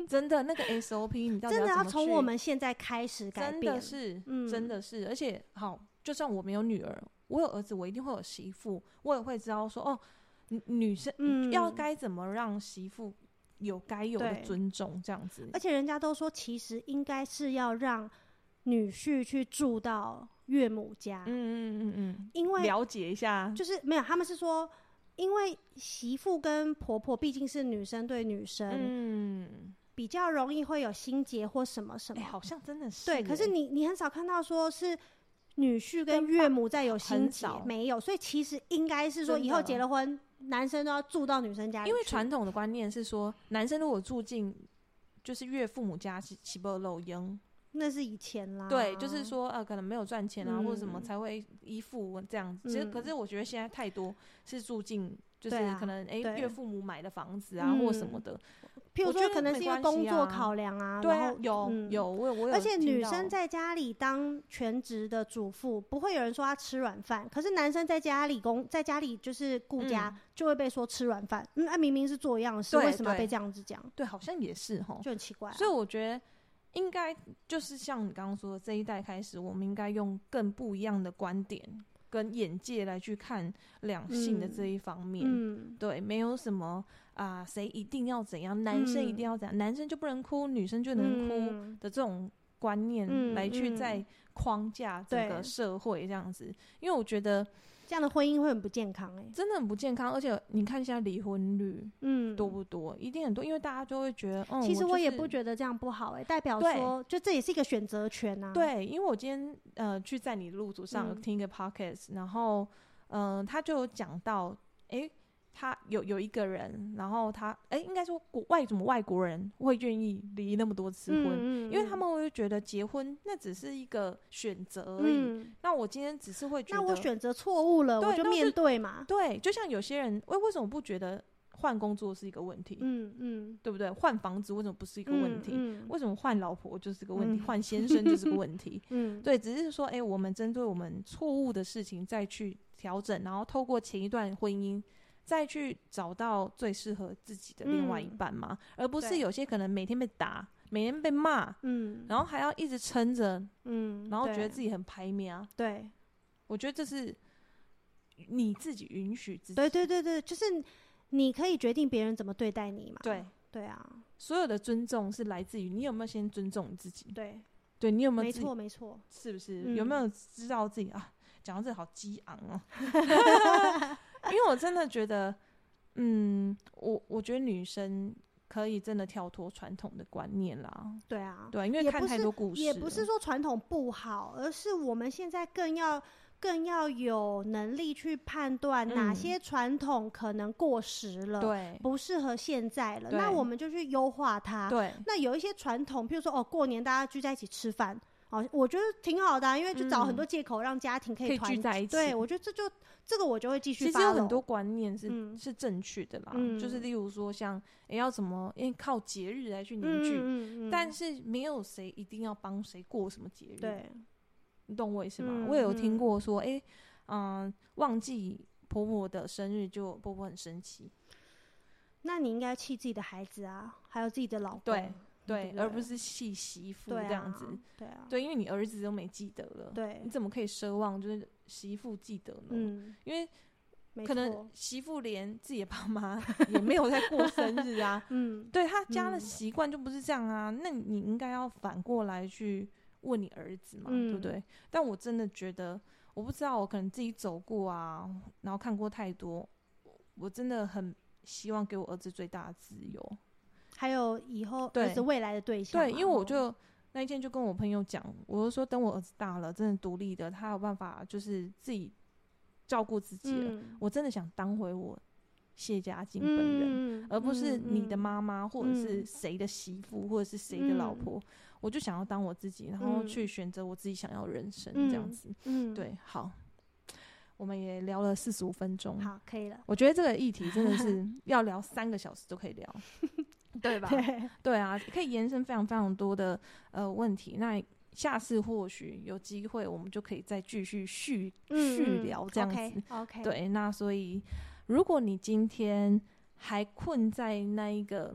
Speaker 1: 真的那个 SOP 你到底
Speaker 2: 真的
Speaker 1: 要
Speaker 2: 要
Speaker 1: 怎么
Speaker 2: 从
Speaker 1: 去
Speaker 2: 我们现在开始改
Speaker 1: 真
Speaker 2: 变
Speaker 1: 的，是，
Speaker 2: 嗯
Speaker 1: 真的是，而且好，就算我没有女儿，我有儿子，我一定会有媳妇，我也会知道说哦，女女生、
Speaker 2: 嗯
Speaker 1: 要该怎么让媳妇有该有的
Speaker 2: 对
Speaker 1: 尊重，这样子
Speaker 2: 而。且人家都说，其实应该是要让女婿去住到岳母家，
Speaker 1: 嗯嗯嗯
Speaker 2: 因
Speaker 1: 嗯，
Speaker 2: 为
Speaker 1: 了解一下，
Speaker 2: 就是没有，他们是说，因为媳妇跟婆婆毕竟是女生对女生，
Speaker 1: 嗯，
Speaker 2: 比较容易会有心结或什么什
Speaker 1: 哎、
Speaker 2: 么。
Speaker 1: 好像真的是欸耶，
Speaker 2: 对，可是你你很少看到说是女婿跟
Speaker 1: 跟
Speaker 2: 岳母在有
Speaker 1: 很
Speaker 2: 心结
Speaker 1: 少，
Speaker 2: 没有，所以其实应该是说
Speaker 1: 真
Speaker 2: 以后
Speaker 1: 的
Speaker 2: 结了婚，男生都要住到女生家里去，
Speaker 1: 因为传统的观念是说，男生如果住进就是岳父母家是岂不漏烟？
Speaker 2: 那是以前啦。
Speaker 1: 对，就是说呃，可能没有赚钱啊，或者什么
Speaker 2: 啊嗯
Speaker 1: 才会依附这样子。其实，可
Speaker 2: 嗯
Speaker 1: 是我觉得现在太多是住进，就是
Speaker 2: 对啊
Speaker 1: 可能哎、
Speaker 2: 对
Speaker 1: 岳父母买的房子啊，或什么
Speaker 2: 嗯
Speaker 1: 的。
Speaker 2: 譬如
Speaker 1: 我觉
Speaker 2: 说
Speaker 1: 得
Speaker 2: 可能
Speaker 1: 没
Speaker 2: 是因为
Speaker 1: 关
Speaker 2: 工
Speaker 1: 系
Speaker 2: 作
Speaker 1: 啊
Speaker 2: 考量啊，
Speaker 1: 对
Speaker 2: 然
Speaker 1: 啊
Speaker 2: 后，
Speaker 1: 有、
Speaker 2: 嗯
Speaker 1: 有，我有我有
Speaker 2: 而且
Speaker 1: 听
Speaker 2: 女
Speaker 1: 到
Speaker 2: 生在家里当全职的主妇，不会有人说她吃软饭。可是男生在家里工，在家里就是顾家，
Speaker 1: 嗯
Speaker 2: 就会被说吃软饭。嗯，那、明明是做一样的事，
Speaker 1: 对
Speaker 2: 为什么要
Speaker 1: 对
Speaker 2: 被这样子讲？
Speaker 1: 对，好像也是哈。
Speaker 2: 就很奇怪、啊。
Speaker 1: 所以我觉得应该就是像你刚刚说的，这一代开始，我们应该用更不一样的观点跟眼界来去看两性的这
Speaker 2: 嗯
Speaker 1: 一方面。
Speaker 2: 嗯，
Speaker 1: 对，没有什么啊，谁、一定要怎样，男生一定
Speaker 2: 嗯
Speaker 1: 要怎样，男生就不能哭，女生就能哭
Speaker 2: 嗯
Speaker 1: 的这种观念
Speaker 2: 嗯
Speaker 1: 来去
Speaker 2: 嗯
Speaker 1: 在框架整个
Speaker 2: 对
Speaker 1: 社会这样子，因为我觉得
Speaker 2: 这样的婚姻会很不健康哎、
Speaker 1: 真的很不健康，而且你看现在离婚率
Speaker 2: 嗯，
Speaker 1: 多不多，一定很多，因为大家就会觉得，嗯，
Speaker 2: 其实
Speaker 1: 我
Speaker 2: 我也不
Speaker 1: 得。
Speaker 2: 觉得这样不好哎、代表
Speaker 1: 对
Speaker 2: 说，就这也是一个选择权啊。，
Speaker 1: 对，因为我今天呃去在你的路途上有
Speaker 2: 嗯
Speaker 1: 听一个 podcast，、然后嗯、呃他就有讲到，诶，他有有一个人，然后他诶，应该说国外怎么外国人会愿意离那么多次婚？
Speaker 2: 嗯
Speaker 1: 因为他们会觉得结婚那只是一个选择而已，
Speaker 2: 嗯，
Speaker 1: 那我今天只是会觉
Speaker 2: 那
Speaker 1: 得，
Speaker 2: 我选择错误了，
Speaker 1: 对
Speaker 2: 我就
Speaker 1: 那我就
Speaker 2: 面对嘛。
Speaker 1: 对，就像有些人，为为什么不觉得换工作是一个问题，
Speaker 2: 嗯嗯，
Speaker 1: 对不对？换房子为什么不是一
Speaker 2: 一
Speaker 1: 个问题？
Speaker 2: 嗯
Speaker 1: 为什么换老婆就是个问题，
Speaker 2: 嗯
Speaker 1: 换先生就是个问题？
Speaker 2: 嗯，
Speaker 1: 对，只是说，哎、我们针对我们错误的事情再去调整，然后透过前一段婚姻再去找到最适合自己的另外一
Speaker 2: 嗯
Speaker 1: 半嘛，而不是
Speaker 2: 对
Speaker 1: 有些可能每天被打，每天被骂，
Speaker 2: 嗯
Speaker 1: 然后还要一直撑着，
Speaker 2: 嗯，
Speaker 1: 然后觉得
Speaker 2: 对
Speaker 1: 自己很排面啊。
Speaker 2: 对
Speaker 1: 我觉得这是你自己允许自己，
Speaker 2: 对对对对，就是你可以决定别人怎么对待你嘛。
Speaker 1: 对
Speaker 2: 对啊，
Speaker 1: 所有的尊重是来自于你有没有先尊重你自己，
Speaker 2: 对，
Speaker 1: 对你有没有
Speaker 2: 没
Speaker 1: 自己
Speaker 2: 错没错，
Speaker 1: 是不是、
Speaker 2: 嗯
Speaker 1: 有没有知道自己啊？讲到这好激昂 哦，因为我真的觉得，嗯，我我觉得女生可以真的跳脱传统的观念啦，
Speaker 2: 对啊，
Speaker 1: 对，因为
Speaker 2: 也
Speaker 1: 看
Speaker 2: 不
Speaker 1: 太
Speaker 2: 是
Speaker 1: 多故事
Speaker 2: 也不是
Speaker 1: 了
Speaker 2: 说传统不好，而是我们现在更要更要有能力去判断哪
Speaker 1: 嗯
Speaker 2: 些传统可能过时了，
Speaker 1: 对
Speaker 2: 不啊适合现在了，
Speaker 1: 对
Speaker 2: 那我们就去优化它。
Speaker 1: 对
Speaker 2: 那有一些传统，譬如说哦，过年大家聚在一起吃饭，哦，我觉得挺好的、啊，因为就找
Speaker 1: 嗯
Speaker 2: 很多借口让家庭可
Speaker 1: 可以
Speaker 2: 以团
Speaker 1: 聚在一起
Speaker 2: 对，我觉得这就这个我就会继续
Speaker 1: 其
Speaker 2: 发
Speaker 1: 实有很多观念是、
Speaker 2: 嗯
Speaker 1: 是正确的啦，
Speaker 2: 嗯
Speaker 1: 就是例如说像诶要怎么因为靠节日来去凝聚，
Speaker 2: 嗯嗯嗯嗯
Speaker 1: 但是没有谁一定要帮谁过什么节日，
Speaker 2: 对，
Speaker 1: 你懂我意思吗？
Speaker 2: 嗯
Speaker 1: 我也有听
Speaker 2: 嗯
Speaker 1: 过说，诶，嗯、忘记婆婆的生日就婆婆很生气，
Speaker 2: 那你应该气自己的孩子啊，还有自己的老公，
Speaker 1: 对对，
Speaker 2: 对
Speaker 1: 而不是气媳妇
Speaker 2: 对啊
Speaker 1: 这样子，
Speaker 2: 对啊，
Speaker 1: 对，因为你儿子都没记得了，
Speaker 2: 对
Speaker 1: 你怎么可以奢望就是媳妇记得呢？
Speaker 2: 嗯，
Speaker 1: 因为
Speaker 2: 没
Speaker 1: 可能
Speaker 2: 错，
Speaker 1: 媳妇连自己的爸妈 也没有在过生日啊，
Speaker 2: 嗯，
Speaker 1: 对他家的
Speaker 2: 嗯
Speaker 1: 习惯就不是这样啊，那你应该要反过来去问你儿子嘛，对不
Speaker 2: 嗯
Speaker 1: 对？但我真的觉得，我不知道，我可能自己走过啊，然后看过太多，我真的很希望给我儿子最大的自由。
Speaker 2: 还有以后
Speaker 1: 对
Speaker 2: 儿子未来的对象嘛，
Speaker 1: 对，因为我
Speaker 2: 哦
Speaker 1: 就那一天就跟我朋友讲，我就说等我儿子大了，真的独立的，他有办法就是自己照顾自己了，
Speaker 2: 嗯，
Speaker 1: 我真的想当回我谢家
Speaker 2: 你
Speaker 1: 劲本人，
Speaker 2: 人
Speaker 1: 而不是你的，
Speaker 2: 嗯
Speaker 1: 妈妈或者是
Speaker 2: 嗯
Speaker 1: 谁的媳妇或者是谁的老
Speaker 2: 嗯
Speaker 1: 婆。我就想要当我自己，然后
Speaker 2: 嗯
Speaker 1: 去选择我自己想要的人生
Speaker 2: 嗯
Speaker 1: 这样子。
Speaker 2: 嗯，
Speaker 1: 对，好，我们也聊了四十五分钟
Speaker 2: 嗯，，好，可以了，
Speaker 1: 我觉得这个议题真的 是要聊三个小时都可以聊，对吧？
Speaker 2: 对，
Speaker 1: 对啊，可以延伸非常非常多的呃问题。那下次或许有机会，我们就可以再继续续续聊这样子。
Speaker 2: 嗯，OK，
Speaker 1: 对，那所以如果你今天还困在那一个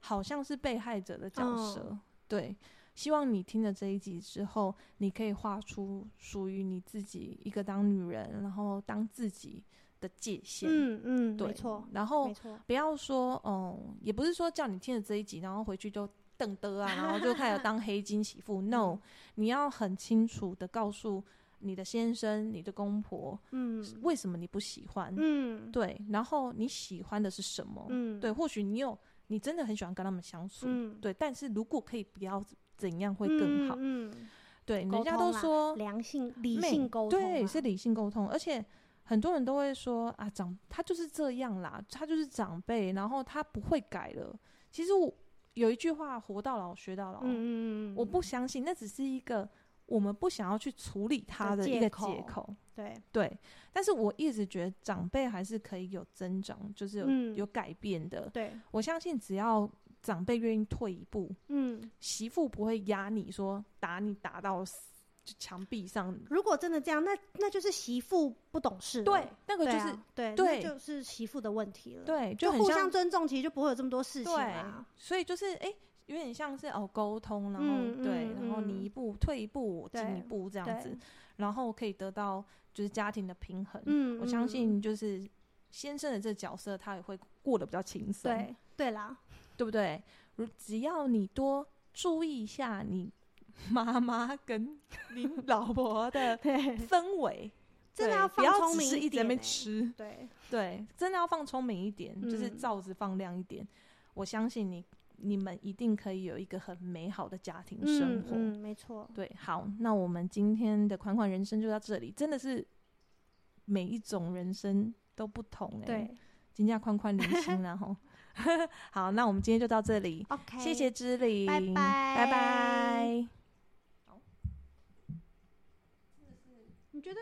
Speaker 1: 好像是被害者的角色，
Speaker 2: 嗯
Speaker 1: 对，希望你听了这一集之后，你可以画出属于你自己一个当女人，然后当自己的界限。
Speaker 2: 嗯嗯，
Speaker 1: 对，哦
Speaker 2: 没错，
Speaker 1: 然后
Speaker 2: 没错，
Speaker 1: 不要说，嗯，也不是说叫你听了这一集，然后回去就瞪得啊，然后就 开始当黑金媳妇。No，你
Speaker 2: 嗯
Speaker 1: 要很清楚的告诉你的先生、你的公婆，
Speaker 2: 嗯
Speaker 1: 为什么你不喜欢，
Speaker 2: 嗯
Speaker 1: 对，然后你喜欢的是什么？
Speaker 2: 嗯，
Speaker 1: 对，或许你有，你真的很喜欢跟他们相处，
Speaker 2: 嗯，
Speaker 1: 对，但是如果可以不要怎样会更好，
Speaker 2: 嗯，嗯
Speaker 1: 对，人
Speaker 2: 沟
Speaker 1: 家都
Speaker 2: 通啦
Speaker 1: 说
Speaker 2: 嗯良性理
Speaker 1: 妹
Speaker 2: 性沟通啊嘛，
Speaker 1: 对，是理性沟通，而且很多人都会说啊，长他就是这样啦，他就是长辈，然后他不会改了。其实我有一句话，活到老学到老，
Speaker 2: 嗯，嗯嗯嗯，
Speaker 1: 我不相信，那只是一个我们不想要去处理他
Speaker 2: 的
Speaker 1: 的一
Speaker 2: 借
Speaker 1: 个
Speaker 2: 口
Speaker 1: 借口。
Speaker 2: 对，
Speaker 1: 对，但是我一直觉得长辈还是可以有增长，就是有、
Speaker 2: 嗯
Speaker 1: 有改变的。
Speaker 2: 对，
Speaker 1: 我相信只要长辈愿意退一步，
Speaker 2: 嗯，
Speaker 1: 媳妇不会压你说打你打到死就墙壁上。
Speaker 2: 如果真的这样，那那就是媳妇不懂事了，
Speaker 1: 对，那个
Speaker 2: 对
Speaker 1: 就
Speaker 2: 啊，
Speaker 1: 是对
Speaker 2: 对对，那就是媳妇的问题了，，
Speaker 1: 对，
Speaker 2: 就
Speaker 1: 很
Speaker 2: 互
Speaker 1: 像
Speaker 2: 相尊重，其实就不会有这么多事情啊
Speaker 1: 对
Speaker 2: 啦，，
Speaker 1: 所以就是哎、诶有点像是哦沟通，然后、
Speaker 2: 嗯
Speaker 1: 对，
Speaker 2: 嗯
Speaker 1: 然后
Speaker 2: 嗯
Speaker 1: 你一步退一步，我进
Speaker 2: 对
Speaker 1: 一步这样
Speaker 2: 对
Speaker 1: 子，然后可以得到就是家庭的平衡。
Speaker 2: 嗯，
Speaker 1: 我
Speaker 2: 嗯
Speaker 1: 相信就是先生的这角色，他也会过得比较轻松，
Speaker 2: 对对 啦，
Speaker 1: 对不对？如只要你多注意一下你妈妈跟 你老婆的
Speaker 2: 对，
Speaker 1: 氛围，
Speaker 2: 真的
Speaker 1: 对
Speaker 2: 要
Speaker 1: 不
Speaker 2: 放
Speaker 1: 要
Speaker 2: 聪
Speaker 1: 只
Speaker 2: 明
Speaker 1: 是
Speaker 2: 一
Speaker 1: 一直在那
Speaker 2: 点
Speaker 1: 边
Speaker 2: 欸
Speaker 1: 吃，
Speaker 2: 对，
Speaker 1: 对，真的要放聪明一点，就是
Speaker 2: 嗯
Speaker 1: 罩子放亮一点。我相信你，你们一定可以有一个很美好的家庭生
Speaker 2: 嗯
Speaker 1: 活。
Speaker 2: 嗯，没错，
Speaker 1: 对，好，那我们今天的款款人生就到这里，真的是每一种人生都不同哎、
Speaker 2: 对，
Speaker 1: 金价宽宽零星然后， 好，那我们今天就到这里，
Speaker 2: ，OK，
Speaker 1: 谢谢知礼，
Speaker 2: 拜
Speaker 1: 拜
Speaker 2: 拜
Speaker 1: 拜
Speaker 2: 你觉得？